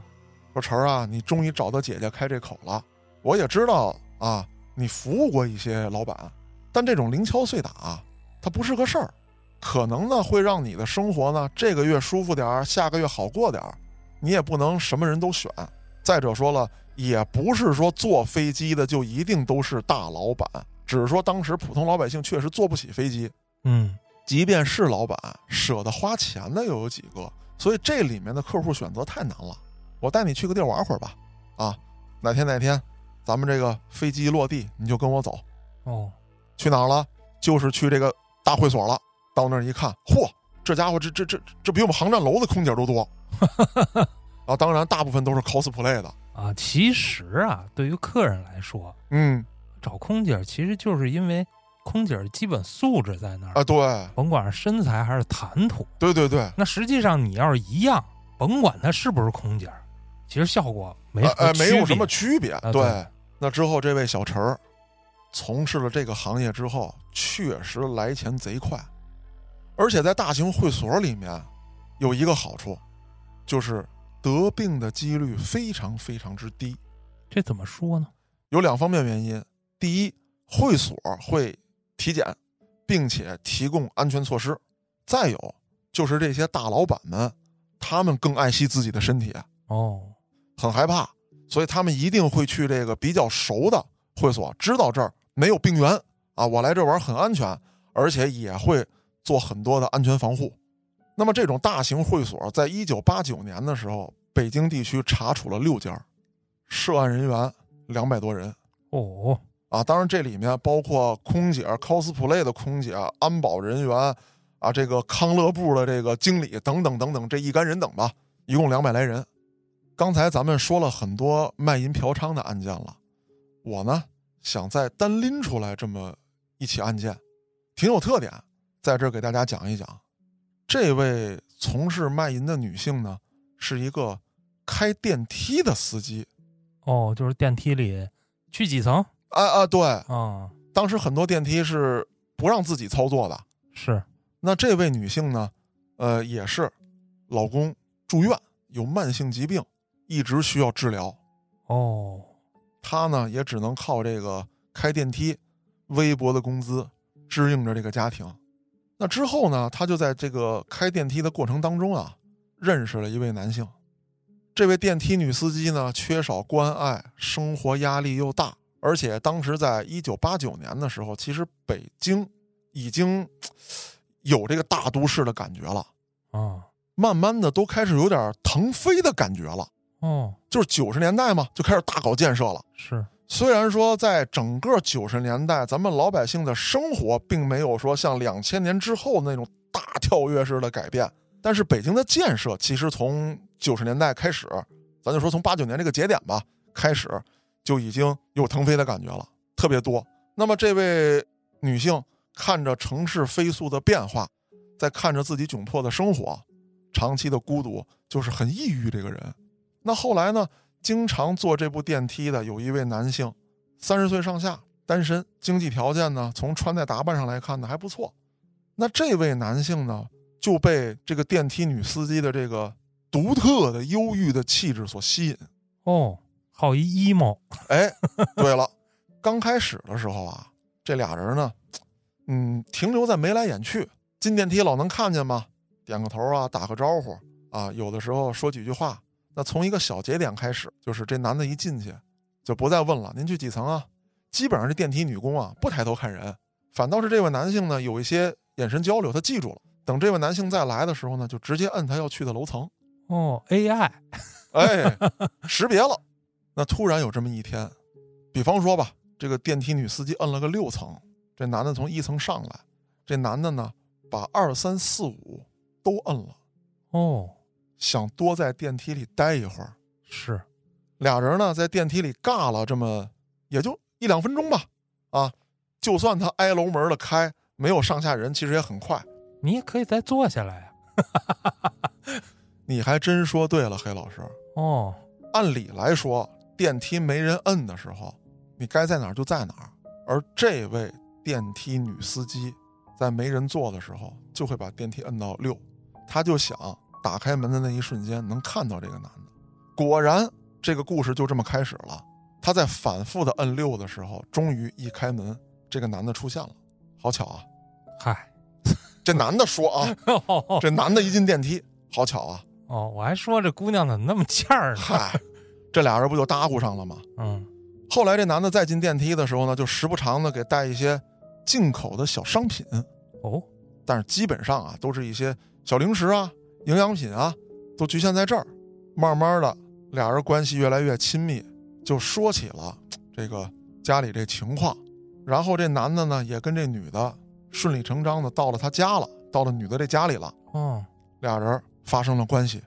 A: 说陈儿啊，你终于找到姐姐开这口了。我也知道啊，你服务过一些老板，但这种零敲碎打啊，它不是个事儿，可能呢会让你的生活呢这个月舒服点儿，下个月好过点儿。你也不能什么人都选。再者说了，也不是说坐飞机的就一定都是大老板，只是说当时普通老百姓确实坐不起飞机，
B: 嗯
A: 即便是老板舍得花钱的又有几个？所以这里面的客户选择太难了。我带你去个地儿玩会儿吧，啊，哪天哪天咱们这个飞机一落地你就跟我走，
B: 哦，
A: 去哪儿了？就是去这个大会所了。到那儿一看，嚯，这家伙这这这这比我们航站楼的空姐都多。 啊，当然大部分都是 cosplay 的。
B: 啊，其实啊，对于客人来说，
A: 嗯
B: 找空姐儿其实就是因为空姐儿基本素质在那儿，
A: 啊，对
B: 甭管是身材还是谈吐。
A: 对对对，
B: 那实际上你要是一样，甭管她是不是空姐儿，其实效果没
A: 呃呃
B: 哎区
A: 没有什
B: 别
A: 么区别。
B: 啊
A: 对，那之后这位小陈儿从事了这个行业之后，确实来钱贼快，而且在大型会所里面有一个好处，就是得病的几率非常非常之低。
B: 这怎么说呢？
A: 有两方面原因。第一，会所会体检，并且提供安全措施；再有就是这些大老板们，他们更爱惜自己的身体，啊
B: 哦，
A: 很害怕，所以他们一定会去这个比较熟的会所，知道这儿没有病源啊，我来这玩儿很安全，而且也会做很多的安全防护。那么这种大型会所，在一九八九年的时候，北京地区查处了六家，涉案人员两百多人。
B: 哦，
A: 啊，当然这里面包括空姐、cosplay 的空姐、安保人员啊，这个康乐部的这个经理等等等等，这一干人等吧，一共两百来人。刚才咱们说了很多卖淫嫖娼的案件了，我呢想再单拎出来这么一起案件，挺有特点，在这儿给大家讲一讲。这位从事卖淫的女性呢，是一个开电梯的司机。
B: 哦，就是电梯里去几层
A: 啊啊，对，
B: 啊？
A: 当时很多电梯是不让自己操作的。
B: 是
A: 那这位女性呢，呃，也是老公住院，有慢性疾病，一直需要治疗。
B: 哦，
A: 她呢，也只能靠这个开电梯，微薄的工资支应着这个家庭。那之后呢，她就在这个开电梯的过程当中啊，认识了一位男性。这位电梯女司机呢，缺少关爱，生活压力又大，而且当时在一九八九年的时候，其实北京已经嘖有这个大都市的感觉了，
B: 啊，
A: 慢慢的都开始有点腾飞的感觉了。
B: 哦，
A: 就是九十年代嘛，就开始大搞建设了。
B: 是
A: 虽然说在整个九十年代，咱们老百姓的生活并没有说像两千年之后那种大跳跃式的改变，但是北京的建设其实从九十年代开始，咱就说从八九年这个节点吧开始，就已经有腾飞的感觉了，特别多。那么这位女性看着城市飞速的变化，再看着自己窘迫的生活，长期的孤独，就是很抑郁这个人。那后来呢？经常坐这部电梯的有一位男性，三十岁上下，单身，经济条件呢，从穿戴打扮上来看呢还不错。那这位男性呢，就被这个电梯女司机的这个独特的忧郁的气质所吸引。
B: 哦，好一 emo
A: 哎，对了，刚开始的时候啊，这俩人呢，嗯，停留在眉来眼去，进电梯老能看见吗？点个头啊，打个招呼啊，有的时候说几句话。那从一个小节点开始，就是这男的一进去就不再问了，您去几层啊？基本上这电梯女工啊不抬头看人，反倒是这位男性呢有一些眼神交流，他记住了。等这位男性再来的时候呢，就直接摁他要去的楼层。
B: 哦，AI
A: 哎，识别了。那突然有这么一天，比方说吧，这个电梯女司机摁了个六层，这男的从一层上来，这男的呢把二三四五都摁了，
B: 哦，
A: 想多在电梯里待一会儿。
B: 是
A: 俩人呢在电梯里尬了这么也就一两分钟吧，啊，就算他挨楼门的开，没有上下人，其实也很快。
B: 你也可以再坐下来呀、啊
A: 你还真说对了，黑老师。
B: 哦，
A: 按理来说，电梯没人摁的时候，你该在哪儿就在哪儿。而这位电梯女司机，在没人坐的时候，就会把电梯摁到六。她就想打开门的那一瞬间能看到这个男的。果然，这个故事就这么开始了。她在反复的摁六的时候，终于一开门，这个男的出现了。好巧啊！
B: 嗨，
A: 这男的说啊，
B: 哦，
A: 这男的一进电梯，好巧啊！
B: 我还说这姑娘怎么那么欠儿呢？
A: 嗨，这俩人不就搭咕上了吗？
B: 嗯，
A: 后来这男的再进电梯的时候呢，就时不常的给带一些进口的小商品，
B: 哦，
A: 但是基本上啊都是一些小零食啊、营养品啊，都局限在这儿。慢慢的，俩人关系越来越亲密，就说起了这个家里这情况。然后这男的呢，也跟这女的顺理成章的到了他家了，到了女的这家里了，
B: 哦，
A: 俩人发生了关系。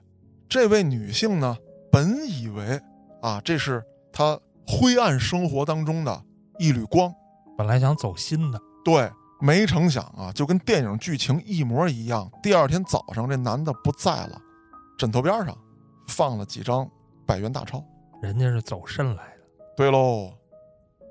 A: 这位女性呢，本以为啊这是她灰暗生活当中的一缕光，
B: 本来想走新的，
A: 对，没成想啊，就跟电影剧情一模一样。第二天早上，这男的不在了，枕头边上放了几张百元大钞。
B: 人家是走肾来的，
A: 对喽，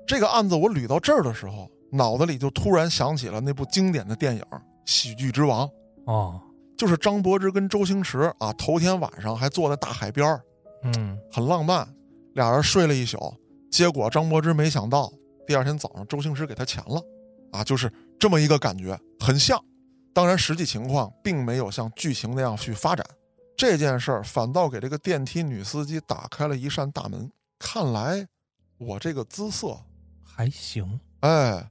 A: 这个案子我捋到这儿的时候，脑子里就突然想起了那部经典的电影《喜剧之王》，
B: 哦，
A: 就是张柏芝跟周星驰啊，头天晚上还坐在大海边儿
B: 嗯，
A: 很浪漫，俩人睡了一宿，结果张柏芝没想到第二天早上周星驰给他钱了，啊，就是这么一个感觉，很像。当然，实际情况并没有像剧情那样去发展，这件事儿反倒给这个电梯女司机打开了一扇大门。看来我这个姿色，
B: 还行，
A: 哎，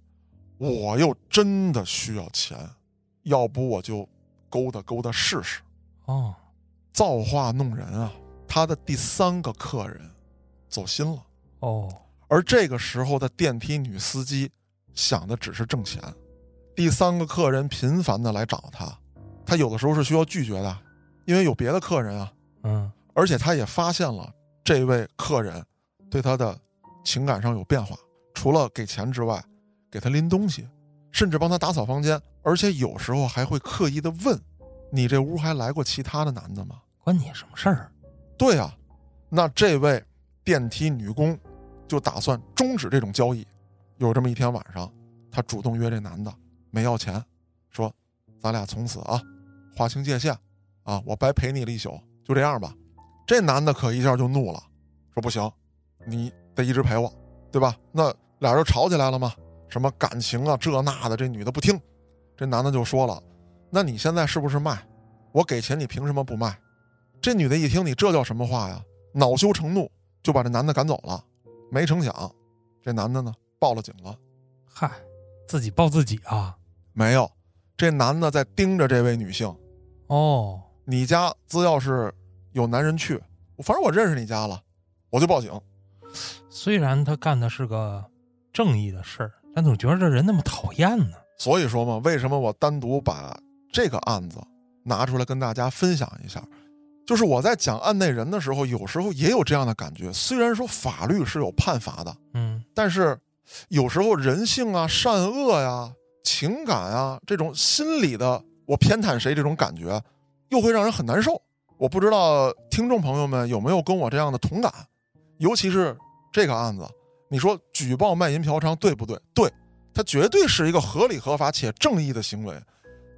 A: 我又真的需要钱，要不我就勾搭勾搭试试。
B: 哦，
A: 造化弄人啊！他的第三个客人走心了，
B: 哦，
A: 而这个时候的电梯女司机想的只是挣钱。第三个客人频繁的来找她，她有的时候是需要拒绝的，因为有别的客人啊。
B: 嗯，
A: 而且她也发现了这位客人对她的情感上有变化，除了给钱之外，给她拎东西，甚至帮她打扫房间，而且有时候还会刻意的问：“你这屋还来过其他的男的吗？”
B: 关你什么事儿？
A: 对啊，那这位电梯女工就打算终止这种交易。有这么一天晚上，她主动约这男的，没要钱，说：“咱俩从此啊，划清界限啊，我白陪你了一宿，就这样吧。”这男的可一下就怒了，说：“不行，你得一直陪我，对吧？”那俩人就吵起来了嘛，什么感情啊这那的，这女的不听，这男的就说了：“那你现在是不是卖？我给钱，你凭什么不卖？”这女的一听你这叫什么话呀，恼羞成怒，就把这男的赶走了。没成想，这男的呢报了警了。
B: 嗨，自己抱自己啊，
A: 没有，这男的在盯着这位女性。
B: 哦，
A: 你家只要是有男人去，反正我认识你家了，我就报警。
B: 虽然他干的是个正义的事儿，但总觉得这人那么讨厌呢。
A: 所以说嘛，为什么我单独把这个案子拿出来跟大家分享一下？就是我在讲案内人的时候，有时候也有这样的感觉。虽然说法律是有判罚的，
B: 嗯，
A: 但是有时候人性啊、善恶呀、情感啊这种心理的我偏袒谁这种感觉，又会让人很难受。我不知道听众朋友们有没有跟我这样的同感，尤其是这个案子，你说举报卖淫嫖娼对不对？对，它绝对是一个合理、合法且正义的行为。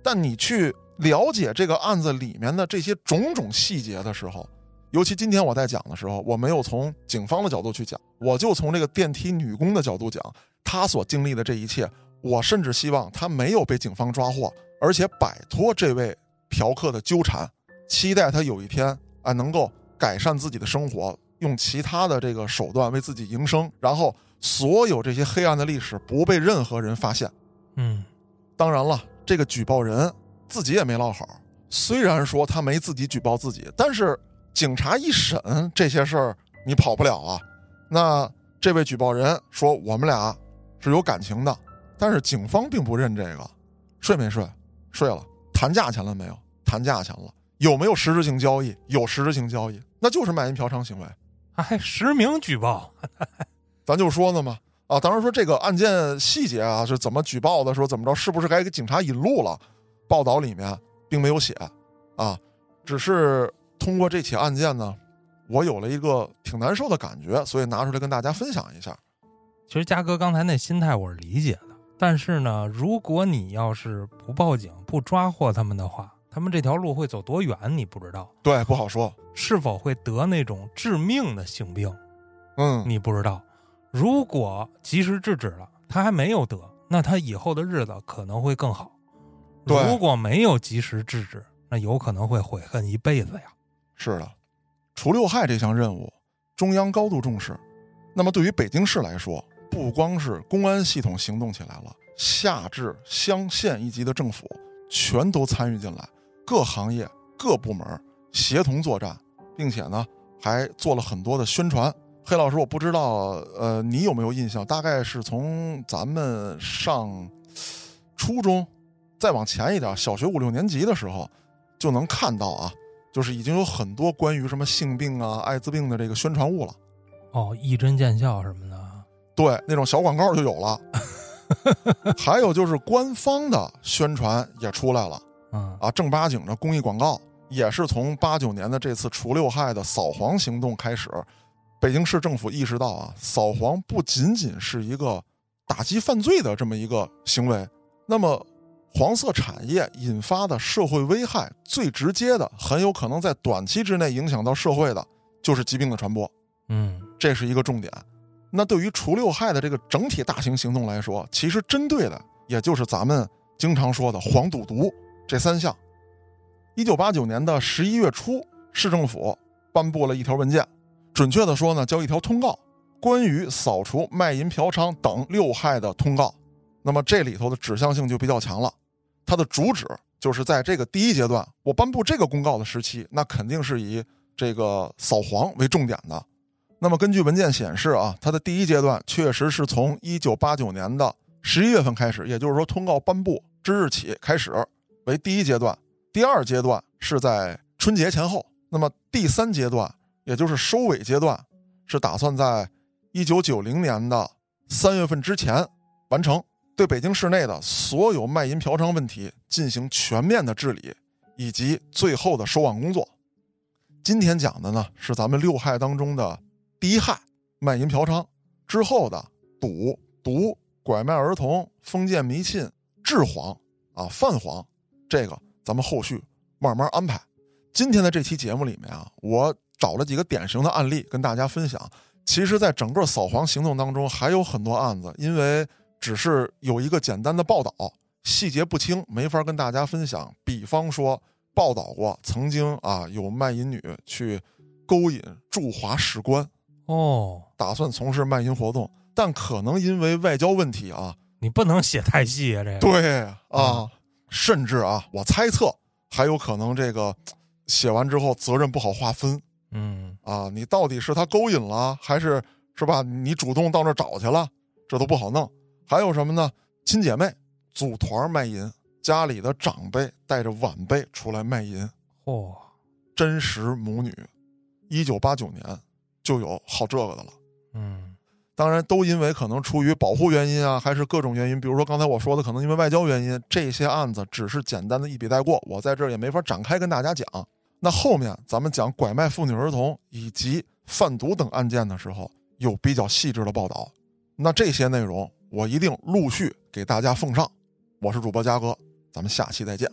A: 但你去了解这个案子里面的这些种种细节的时候，尤其今天我在讲的时候，我没有从警方的角度去讲，我就从这个电梯女工的角度讲，她所经历的这一切。我甚至希望她没有被警方抓获，而且摆脱这位嫖客的纠缠，期待她有一天啊能够改善自己的生活，用其他的这个手段为自己营生，然后所有这些黑暗的历史不被任何人发现。
B: 嗯，
A: 当然了，这个举报人自己也没落好。虽然说他没自己举报自己，但是警察一审这些事儿你跑不了啊。那这位举报人说我们俩是有感情的，但是警方并不认这个。睡没睡？睡了。谈价钱了没有？谈价钱了。有没有实质性交易？有实质性交易，那就是卖淫嫖娼行为。
B: 还实名举报，
A: 咱就说呢嘛，啊，当然说这个案件细节啊是怎么举报的，说怎么着，是不是该给警察引路了？报道里面并没有写，啊，只是通过这起案件呢，我有了一个挺难受的感觉，所以拿出来跟大家分享一下。
B: 其实嘉哥刚才那心态我是理解的，但是呢，如果你要是不报警、不抓获他们的话，他们这条路会走多远，你不知道，
A: 对，不好说，
B: 是否会得那种致命的性病，
A: 嗯，
B: 你不知道。如果及时制止了，他还没有得，那他以后的日子可能会更好。
A: 对
B: 如果没有及时制止，那有可能会悔恨一辈子呀。
A: 是的，除六害这项任务，中央高度重视，那么对于北京市来说，不光是公安系统行动起来了，下至乡县一级的政府全都参与进来，各行业各部门协同作战，并且呢还做了很多的宣传。黑老师，我不知道，呃，你有没有印象？大概是从咱们上初中，再往前一点，小学五六年级的时候，就能看到啊，就是已经有很多关于什么性病啊、艾滋病的这个宣传物了。
B: 哦，一针见效什么的，
A: 对，那种小广告就有了。还有就是官方的宣传也出来了
B: 嗯
A: 啊，正八经的公益广告也是从八九年的这次除六害的扫黄行动开始，北京市政府意识到啊，扫黄不仅仅是一个打击犯罪的这么一个行为，那么黄色产业引发的社会危害最直接的，很有可能在短期之内影响到社会的，就是疾病的传播。
B: 嗯
A: 这是一个重点。那对于除六害的这个整体大型行动来说，其实针对的也就是咱们经常说的黄赌毒这三项。一九八九年的十一月初，市政府颁布了一条文件，准确的说呢，叫一条通告，关于扫除卖淫、嫖娼等六害的通告。那么这里头的指向性就比较强了，它的主旨就是在这个第一阶段，我颁布这个公告的时期，那肯定是以这个扫黄为重点的。那么根据文件显示啊，它的第一阶段确实是从一九八九年的十一月份开始，也就是说通告颁布之日起开始为第一阶段。第二阶段是在春节前后，那么第三阶段，也就是收尾阶段，是打算在一九九零年的三月份之前完成，对北京市内的所有卖淫嫖娼问题进行全面的治理，以及最后的收网工作。今天讲的呢是咱们六害当中的第一害卖淫嫖娼之后的赌、毒、拐卖儿童、封建迷信、治黄啊、泛黄，这个咱们后续慢慢安排。今天的这期节目里面啊，我找了几个典型的案例跟大家分享。其实，在整个扫黄行动当中，还有很多案子，因为只是有一个简单的报道，细节不清，没法跟大家分享。比方说，报道过曾经啊有卖淫女去勾引驻华使官，
B: 哦，
A: 打算从事卖淫活动，但可能因为外交问题啊，
B: 你不能写太细啊，这个
A: 对啊
B: 嗯，
A: 甚至啊，我猜测还有可能这个写完之后责任不好划分
B: 嗯
A: 啊，你到底是他勾引了，还是是吧？你主动到那儿找去了，这都不好弄。还有什么呢？亲姐妹组团卖淫，家里的长辈带着晚辈出来卖淫，
B: 嚯、
A: 真实母女，一九八九年就有好这个的了。
B: 嗯
A: 当然，都因为可能出于保护原因啊，还是各种原因，比如说刚才我说的，可能因为外交原因，这些案子只是简单的一笔带过，我在这儿也没法展开跟大家讲。那后面咱们讲拐卖妇女儿童以及贩毒等案件的时候，有比较细致的报道。那这些内容我一定陆续给大家奉上。我是主播嘉哥，咱们下期再见。